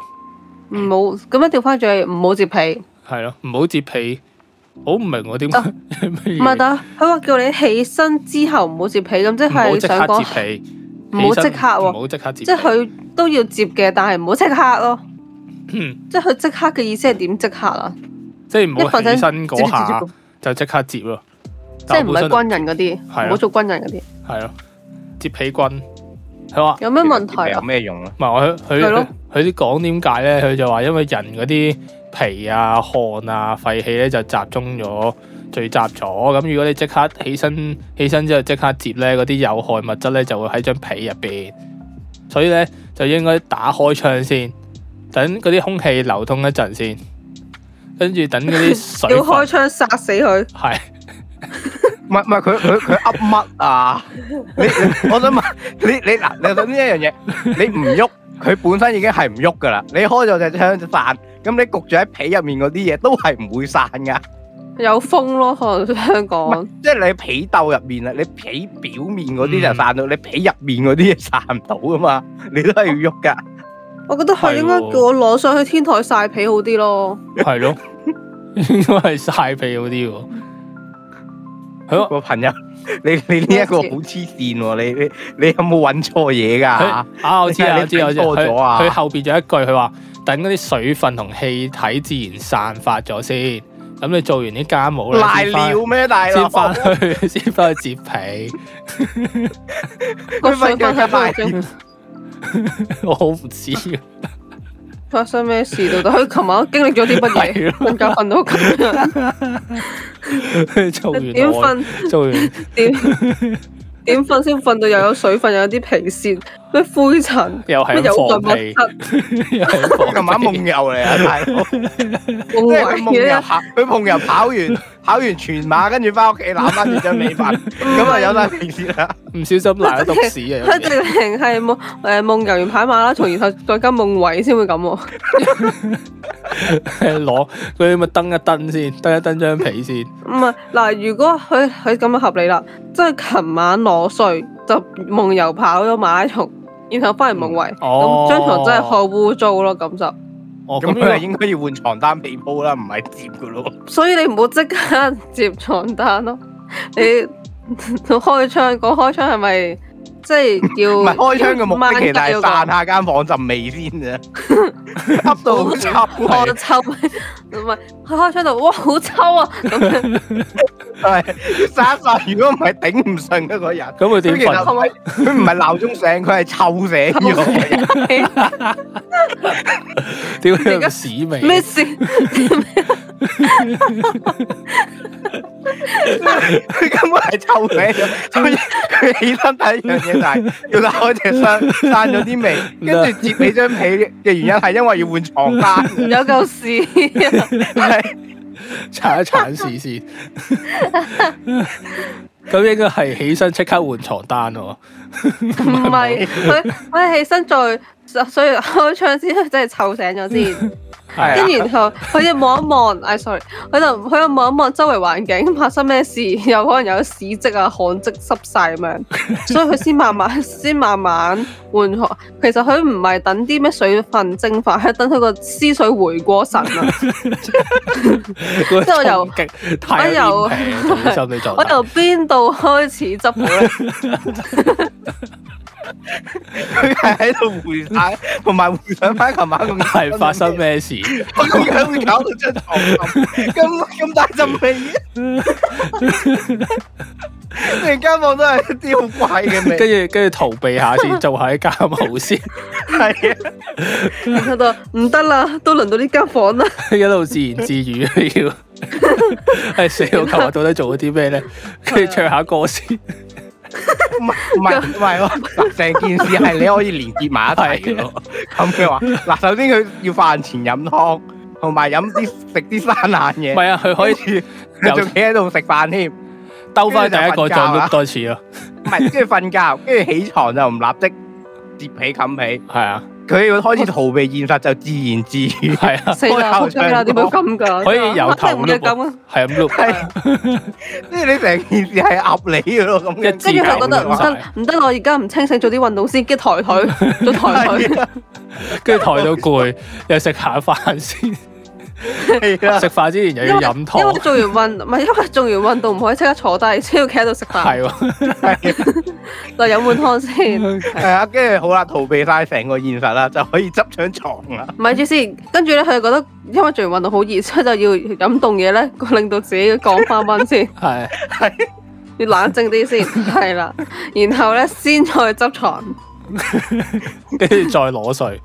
[SPEAKER 1] 唔好咁樣調翻轉，唔好接被。
[SPEAKER 2] 係咯，唔好接被，好唔明我點解咩
[SPEAKER 1] 哦
[SPEAKER 2] 嘢
[SPEAKER 1] 唔係，但係佢話叫你起身之後唔好接被，咁即
[SPEAKER 2] 唔好
[SPEAKER 1] 係
[SPEAKER 2] 即
[SPEAKER 1] 想
[SPEAKER 2] 刻
[SPEAKER 1] 講
[SPEAKER 2] 接，被，
[SPEAKER 1] 唔好即刻喎
[SPEAKER 2] 唔好即刻接被，
[SPEAKER 1] 即係佢都要接嘅，但係唔好即刻咯。
[SPEAKER 2] 嗯
[SPEAKER 1] 即係佢即刻嘅意思係點即刻啊？
[SPEAKER 2] 即係唔好起身嗰下
[SPEAKER 1] 接接接
[SPEAKER 2] 就即刻接咯，
[SPEAKER 1] 即係唔係軍人嗰啲，
[SPEAKER 2] 係啊
[SPEAKER 1] 唔好做軍人嗰啲。
[SPEAKER 2] 係咯，接被軍，佢話
[SPEAKER 1] 有咩問題
[SPEAKER 3] 有
[SPEAKER 1] 啊？
[SPEAKER 3] 咩用啊？
[SPEAKER 2] 唔係我佢
[SPEAKER 1] 係
[SPEAKER 2] 佢
[SPEAKER 1] 咯
[SPEAKER 2] 佢啲講點解咧？佢就話因為人嗰啲皮啊、汗啊、廢氣咧就集中咗。聚集咗咁，如果你即刻起身，起身之後即刻接咧，嗰啲有害物質咧就會喺張被入邊，所以咧就應該打開窗先，等嗰啲空氣流通一陣先，跟住等嗰啲
[SPEAKER 1] *laughs*
[SPEAKER 2] 水
[SPEAKER 1] 要開
[SPEAKER 2] 分
[SPEAKER 1] 槍殺死佢，
[SPEAKER 2] 係
[SPEAKER 3] 唔係唔係，佢佢佢噏乜啊？ *laughs* 你你我想問你你嗱，你諗呢一樣嘢，你唔喐，佢本身已經係唔喐噶啦。你開咗隻槍就散，咁你焗住喺被入面嗰啲嘢都係唔會散噶。
[SPEAKER 1] 有風咯，可能香港。
[SPEAKER 3] 即係你喺被竇入面啊，你被表面嗰啲
[SPEAKER 2] 嗯
[SPEAKER 3] 就散到，你被入面嗰啲嘢散唔到噶嘛， *laughs* 你都係要喐
[SPEAKER 2] *laughs*
[SPEAKER 3] 噶。
[SPEAKER 1] 我覺得佢應該
[SPEAKER 2] 係喎
[SPEAKER 1] 叫我攞上去天台曬被好啲咯。
[SPEAKER 2] 係咯，應該係晒被好啲喎。佢
[SPEAKER 3] 個朋友，你你呢一個好黐線喎，你你你有冇揾錯
[SPEAKER 2] *laughs*
[SPEAKER 3] 嘢㗎
[SPEAKER 2] 佢？啊，我知啊，
[SPEAKER 3] 你
[SPEAKER 2] 我知啊我知啊，
[SPEAKER 3] 睇多
[SPEAKER 2] 佢
[SPEAKER 3] 咗啊
[SPEAKER 2] 佢後邊有一句，佢話等嗰啲水分同氣體自然散發咗先，咁你做完啲家務咧，
[SPEAKER 3] 賴
[SPEAKER 2] 先翻
[SPEAKER 3] 尿咩大佬
[SPEAKER 2] 先？翻去先翻去接被，
[SPEAKER 1] 個水分喺邊度整？
[SPEAKER 3] 佢咪叫佢賴尿
[SPEAKER 2] 我好唔知啊，
[SPEAKER 1] 發生咩事到底？佢琴晚經歷咗啲乜嘢？
[SPEAKER 2] *laughs* 係咯
[SPEAKER 1] 瞓覺瞓到咁
[SPEAKER 2] *laughs*
[SPEAKER 1] 樣，
[SPEAKER 2] 做完
[SPEAKER 1] 點
[SPEAKER 2] 啊我
[SPEAKER 1] 瞓？
[SPEAKER 2] 做完
[SPEAKER 1] 點 *laughs* 點瞓先瞓到又有水分，又有啲皮屑，咩灰塵，
[SPEAKER 2] 又
[SPEAKER 1] 咩
[SPEAKER 2] 係
[SPEAKER 1] 有
[SPEAKER 2] 咁
[SPEAKER 1] 害
[SPEAKER 2] 放
[SPEAKER 1] 物
[SPEAKER 2] 屁，
[SPEAKER 1] 質，
[SPEAKER 2] 又係咁
[SPEAKER 3] 琴
[SPEAKER 2] *laughs* 放
[SPEAKER 3] 晚夢
[SPEAKER 2] 屁，
[SPEAKER 3] 遊嚟啊，大佬！即
[SPEAKER 1] 夢
[SPEAKER 3] 係
[SPEAKER 1] 遺
[SPEAKER 3] 佢夢遊
[SPEAKER 1] 嘅。
[SPEAKER 3] 跑， *laughs* 佢夢遊跑
[SPEAKER 2] *laughs*
[SPEAKER 3] 完跑完全馬，跟住翻屋企攬翻住張尾瞓，咁啊有晒平時啦。
[SPEAKER 2] 唔小心瀨咗篤屎啊！
[SPEAKER 1] *laughs* 佢直情係夢誒夢遊完跑馬拉松，然後再加夢遺先會咁喎。
[SPEAKER 2] 有嘢攞佢咪蹬一蹬先，蹬一蹬張被先，
[SPEAKER 1] 唔係嗱，如果佢佢咁樣合理啦，即係琴晚攞睡就夢遊跑咗馬拉松，然後翻嚟夢
[SPEAKER 3] 嗯
[SPEAKER 1] 遺，
[SPEAKER 2] 哦
[SPEAKER 1] 咁張床真係好污糟咯，咁就。
[SPEAKER 2] 哦
[SPEAKER 3] 咁
[SPEAKER 2] 咁
[SPEAKER 3] 佢係
[SPEAKER 2] 呢
[SPEAKER 3] 應該要換床單被鋪啦，唔係接噶咯。
[SPEAKER 1] 所以你唔好即刻接床單
[SPEAKER 3] *laughs*
[SPEAKER 1] 咯，你開窗講開窗係咪即係要？
[SPEAKER 3] 唔係開窗嘅目的其實係散
[SPEAKER 1] 散
[SPEAKER 3] 下間房陣味先
[SPEAKER 2] *laughs*
[SPEAKER 3] 啫，噏到好臭
[SPEAKER 1] 我
[SPEAKER 3] 啊！
[SPEAKER 1] 臭味，哦唔係開窗度，哇好臭啊！咁樣
[SPEAKER 3] 係散晒，如果唔係頂唔順嗰個人。
[SPEAKER 2] 個咁佢點
[SPEAKER 3] 佢其實
[SPEAKER 2] 瞓？
[SPEAKER 3] 佢佢唔係鬧鐘醒，佢係臭醒
[SPEAKER 2] *laughs*
[SPEAKER 3] 咗。 *laughs*
[SPEAKER 2] 點解有屎味？
[SPEAKER 1] 咩事？
[SPEAKER 3] 佢根本係臭醒咗，所以佢起身第一樣嘢就係要打開隻箱，散咗啲味，跟住接你張被嘅原因係因為要換床
[SPEAKER 2] *laughs*
[SPEAKER 3] 單，
[SPEAKER 1] 唔有嚿屎啊！
[SPEAKER 3] 係
[SPEAKER 2] 铲一铲屎先。咁應該係起身即刻換床單喎，
[SPEAKER 1] 唔係佢佢起身再，所所以 *laughs* 開窗先，佢真係臭醒咗先。
[SPEAKER 3] 係
[SPEAKER 1] 跟
[SPEAKER 3] 啊
[SPEAKER 1] 住然後佢就望一望，哎 sorry，佢就佢又望一望周圍環境發生咩事，有可能有屎跡啊、汗跡濕晒咁 *laughs* 樣，所以佢先慢慢先慢慢換殼。其實佢唔係等啲咩水分蒸發，係等佢個思緒回過神 *laughs* 啊。
[SPEAKER 2] *laughs* 嗰
[SPEAKER 1] 即係我
[SPEAKER 2] 個
[SPEAKER 1] 由
[SPEAKER 2] 衝擊太有啲平同啲心理狀
[SPEAKER 1] 我
[SPEAKER 2] 態。
[SPEAKER 1] 由邊度開始執好咧？
[SPEAKER 3] 佢係喺度回想，同埋回想翻琴晚咁
[SPEAKER 2] 係發生？咩事？
[SPEAKER 3] 我點解會搞到 *laughs*
[SPEAKER 2] *laughs*
[SPEAKER 3] 張床咁咁咁大陣味？突然間望到係啲好怪嘅味，
[SPEAKER 2] 跟住跟住逃避
[SPEAKER 1] *laughs*
[SPEAKER 2] 下先，做下啲家務先，
[SPEAKER 3] 係啊，
[SPEAKER 1] 喺度唔得啦，都輪到呢間房啦，
[SPEAKER 2] 一路自言自
[SPEAKER 1] *laughs*
[SPEAKER 2] 語要。係死我！琴日到底做咗啲咩咧？跟住
[SPEAKER 1] 啊
[SPEAKER 2] 唱下歌先，
[SPEAKER 3] 唔係唔係唔係喎，嗱成件事係你可以連結埋一齊
[SPEAKER 2] *laughs*
[SPEAKER 3] 嘅咯。咁佢話嗱，首先佢要飯前飲湯，同埋飲
[SPEAKER 2] *laughs*
[SPEAKER 3] 啲食啲生冷
[SPEAKER 2] 唔
[SPEAKER 3] 嘢，
[SPEAKER 2] 係啊，佢可以
[SPEAKER 3] 佢
[SPEAKER 2] 由
[SPEAKER 3] 仲企喺度食飯添。
[SPEAKER 2] 兜翻第一個再
[SPEAKER 1] 啊
[SPEAKER 2] 碌多次咯。
[SPEAKER 3] 唔係，跟住瞓覺，跟住起床就唔立即摺被冚被，
[SPEAKER 2] 係啊，
[SPEAKER 3] 佢要開始逃避現實，就自言自語。
[SPEAKER 2] 係
[SPEAKER 1] *laughs*
[SPEAKER 2] 啊，
[SPEAKER 1] 死啦，仆街啦，點解咁㗎？
[SPEAKER 2] 可以由頭
[SPEAKER 1] 真係唔會咁啊！
[SPEAKER 2] 係咁碌。
[SPEAKER 3] 係，即係你成件事係鴨你嘅咯，咁
[SPEAKER 2] 一
[SPEAKER 3] 樣
[SPEAKER 2] 致
[SPEAKER 1] 跟住佢覺得唔
[SPEAKER 2] 自由咁樣
[SPEAKER 1] 得唔得，我而家唔清醒，做啲運動先，跟住抬腿，
[SPEAKER 2] *laughs*
[SPEAKER 1] 做抬腿，
[SPEAKER 3] 啊
[SPEAKER 2] 跟住抬到攰，又食下飯先。
[SPEAKER 1] *laughs*
[SPEAKER 3] 係啊啦
[SPEAKER 2] 食，飯之前又要飲
[SPEAKER 1] 因為
[SPEAKER 2] 湯，
[SPEAKER 1] 做完運唔係因為做完運動唔可以即刻坐低，先要企喺度食飯，
[SPEAKER 2] 係喎，
[SPEAKER 1] 就飲碗湯先。
[SPEAKER 3] 係啊，跟住好啦，逃避晒成個現實啦，就可以執張床
[SPEAKER 2] *laughs*
[SPEAKER 3] 啦。
[SPEAKER 1] 咪住先，跟住咧佢就覺得因為做完運動好熱，所以就要飲凍嘢咧，令到自己降翻温先， *laughs*
[SPEAKER 2] 係
[SPEAKER 1] 要冷靜啲先，係啦，然後咧先再執床， *laughs*
[SPEAKER 2] 跟住再攞水，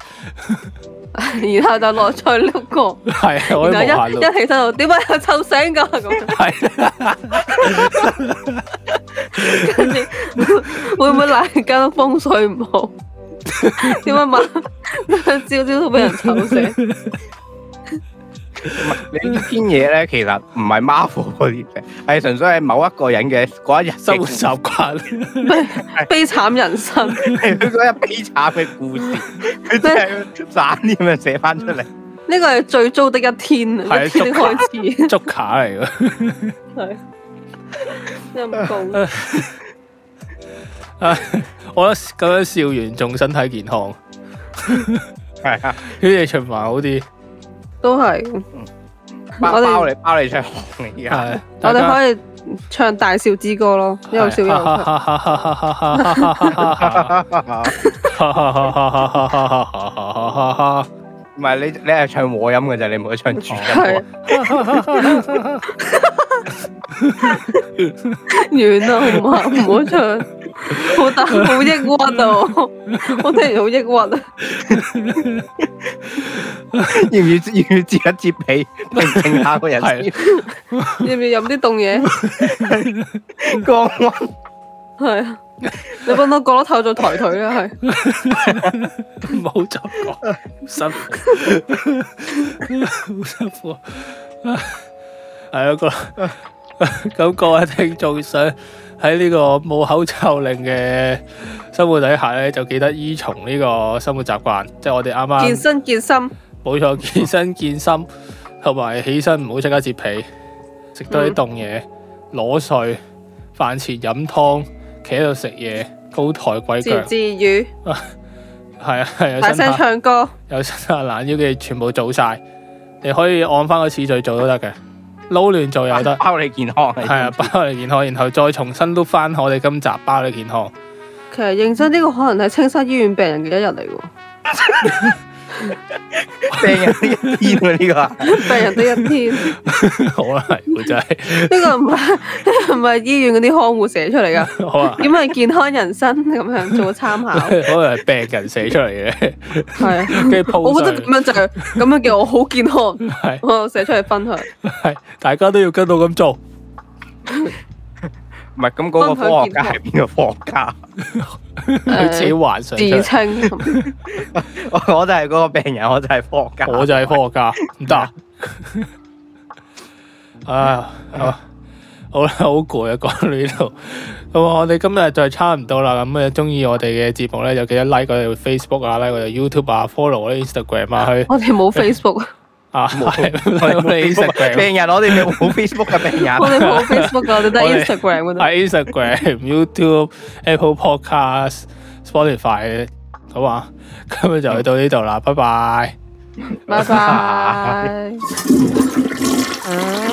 [SPEAKER 1] 然後就落再碌過，
[SPEAKER 2] 係我啲無
[SPEAKER 1] 然後一
[SPEAKER 2] 限
[SPEAKER 1] 一起身就點解又臭醒㗎咁？
[SPEAKER 2] 係
[SPEAKER 1] 跟住會唔會賴間屋風水唔好？點解晚 *laughs* 朝朝都俾人臭死？
[SPEAKER 3] 你呢篇嘢咧，其實唔係 Marvel 嗰啲嘢，係純粹係某一個人嘅嗰一日嘅
[SPEAKER 2] 生活習慣，
[SPEAKER 1] 悲慘人生，呢
[SPEAKER 3] 係佢嗰日悲慘嘅故事，佢真係散啲咁樣寫翻出嚟。
[SPEAKER 1] 個係最糟的一天啊！
[SPEAKER 2] 係
[SPEAKER 1] 一天開始，
[SPEAKER 2] 捉卡嚟嘅。
[SPEAKER 1] 係真係唔公。
[SPEAKER 2] 我覺得咁樣笑完仲身體健康，
[SPEAKER 3] 係啊，
[SPEAKER 2] 血液循環好啲。
[SPEAKER 1] 都係，
[SPEAKER 3] 包
[SPEAKER 1] 我哋
[SPEAKER 3] 包你包你出行嚟㗎。
[SPEAKER 2] 係，
[SPEAKER 1] 我哋
[SPEAKER 2] 以
[SPEAKER 1] 可以唱大笑之歌咯，一路笑一路唱。
[SPEAKER 3] *laughs*
[SPEAKER 2] *laughs*
[SPEAKER 3] 唔係你你係唱和音嘅啫，你唔可以唱主音
[SPEAKER 1] 係
[SPEAKER 3] 喎。
[SPEAKER 1] 完啦，好嘛，唔好唱，好大好抑鬱啊！我我聽完好抑鬱啊！
[SPEAKER 3] *laughs* 要唔要要唔要接一接皮，平靜下個人先。 *laughs*
[SPEAKER 1] 要唔要飲啲凍嘢？
[SPEAKER 3] 降温
[SPEAKER 1] 係啊，你搵到角落頭做抬腿啊，係。
[SPEAKER 2] 嗯唔好再講，好辛苦，好辛苦。係啊，個咁各位聽眾想喺呢個冇口罩令嘅生活底下咧，就記得依從呢個生活習慣，即係我哋啱
[SPEAKER 1] 健
[SPEAKER 2] 啱
[SPEAKER 1] 身健
[SPEAKER 2] 嗯
[SPEAKER 1] 身，
[SPEAKER 2] 冇錯健身健身，同埋起身唔好即刻摺被，食多啲凍嘢，攞水，飯前飲湯，企喺度食嘢，高抬鬼
[SPEAKER 1] 自
[SPEAKER 2] 腳，
[SPEAKER 1] 言自語，
[SPEAKER 2] 係啊係啊，
[SPEAKER 1] 大
[SPEAKER 2] 身
[SPEAKER 1] 聲
[SPEAKER 2] 體
[SPEAKER 1] 唱歌，
[SPEAKER 2] 有新 *laughs* 下懶腰嘅全部做晒，你可以按翻個次序做都得嘅，撈亂做
[SPEAKER 3] *laughs*
[SPEAKER 2] 又得，
[SPEAKER 3] 包你健康。
[SPEAKER 2] 係啊，包你健康，然後再重新 look 翻我哋今集包你健康，
[SPEAKER 1] 其實認真呢個可能係青山醫院病人嘅一日嚟喎，
[SPEAKER 2] *laughs*
[SPEAKER 3] 病人呢一天喎呢個。
[SPEAKER 1] 病人得一天，呢
[SPEAKER 2] 好啦，係真係，
[SPEAKER 1] 個唔係 *laughs* 唔係醫院嗰啲看護寫出嚟噶，
[SPEAKER 2] 好啊，
[SPEAKER 1] 點係健康人生咁樣做個參
[SPEAKER 2] *laughs* 可
[SPEAKER 1] 考，
[SPEAKER 2] 能係病人寫出嚟嘅，
[SPEAKER 1] 係啊，
[SPEAKER 2] 跟住 po
[SPEAKER 1] 我覺
[SPEAKER 2] 上
[SPEAKER 1] 得咁樣就係咁樣叫我好健康，
[SPEAKER 2] 係
[SPEAKER 1] 我寫出嚟分享，
[SPEAKER 2] 係，大家都要跟到咁做，
[SPEAKER 3] 唔係咁嗰個科學家係邊個科學家？
[SPEAKER 2] 佢自己幻想出
[SPEAKER 1] 呃自
[SPEAKER 2] 嚟，
[SPEAKER 1] 稱
[SPEAKER 3] 我我就係嗰個病人，我就係科學家。
[SPEAKER 2] *laughs* 我就係科學家，唔得啊，啊，好好啦，好攰啊，講到呢度。咁我哋今日就差唔多啦，咁啊中意我哋嘅節目咧，就記得 like 我哋 Facebook 啊，like 我哋 YouTube 啊，follow 我哋 Instagram 啊，去
[SPEAKER 1] 我哋冇 Facebook，
[SPEAKER 2] 啊
[SPEAKER 3] 冇
[SPEAKER 2] 係
[SPEAKER 3] 我哋
[SPEAKER 2] ，like 我
[SPEAKER 3] 冇
[SPEAKER 2] 哋
[SPEAKER 3] Facebook
[SPEAKER 2] Instagram
[SPEAKER 3] 病人，我哋冇冇 Facebook 嘅病
[SPEAKER 1] 我
[SPEAKER 3] 人。
[SPEAKER 1] 哋冇 Facebook 噶，我哋得
[SPEAKER 2] 我哋
[SPEAKER 1] Instagram 嗰度，
[SPEAKER 2] 喺 Instagram、YouTube、Apple Podcast、Spotify 好嘛？今日就去到呢度啦，拜拜。
[SPEAKER 1] 拜拜。嗯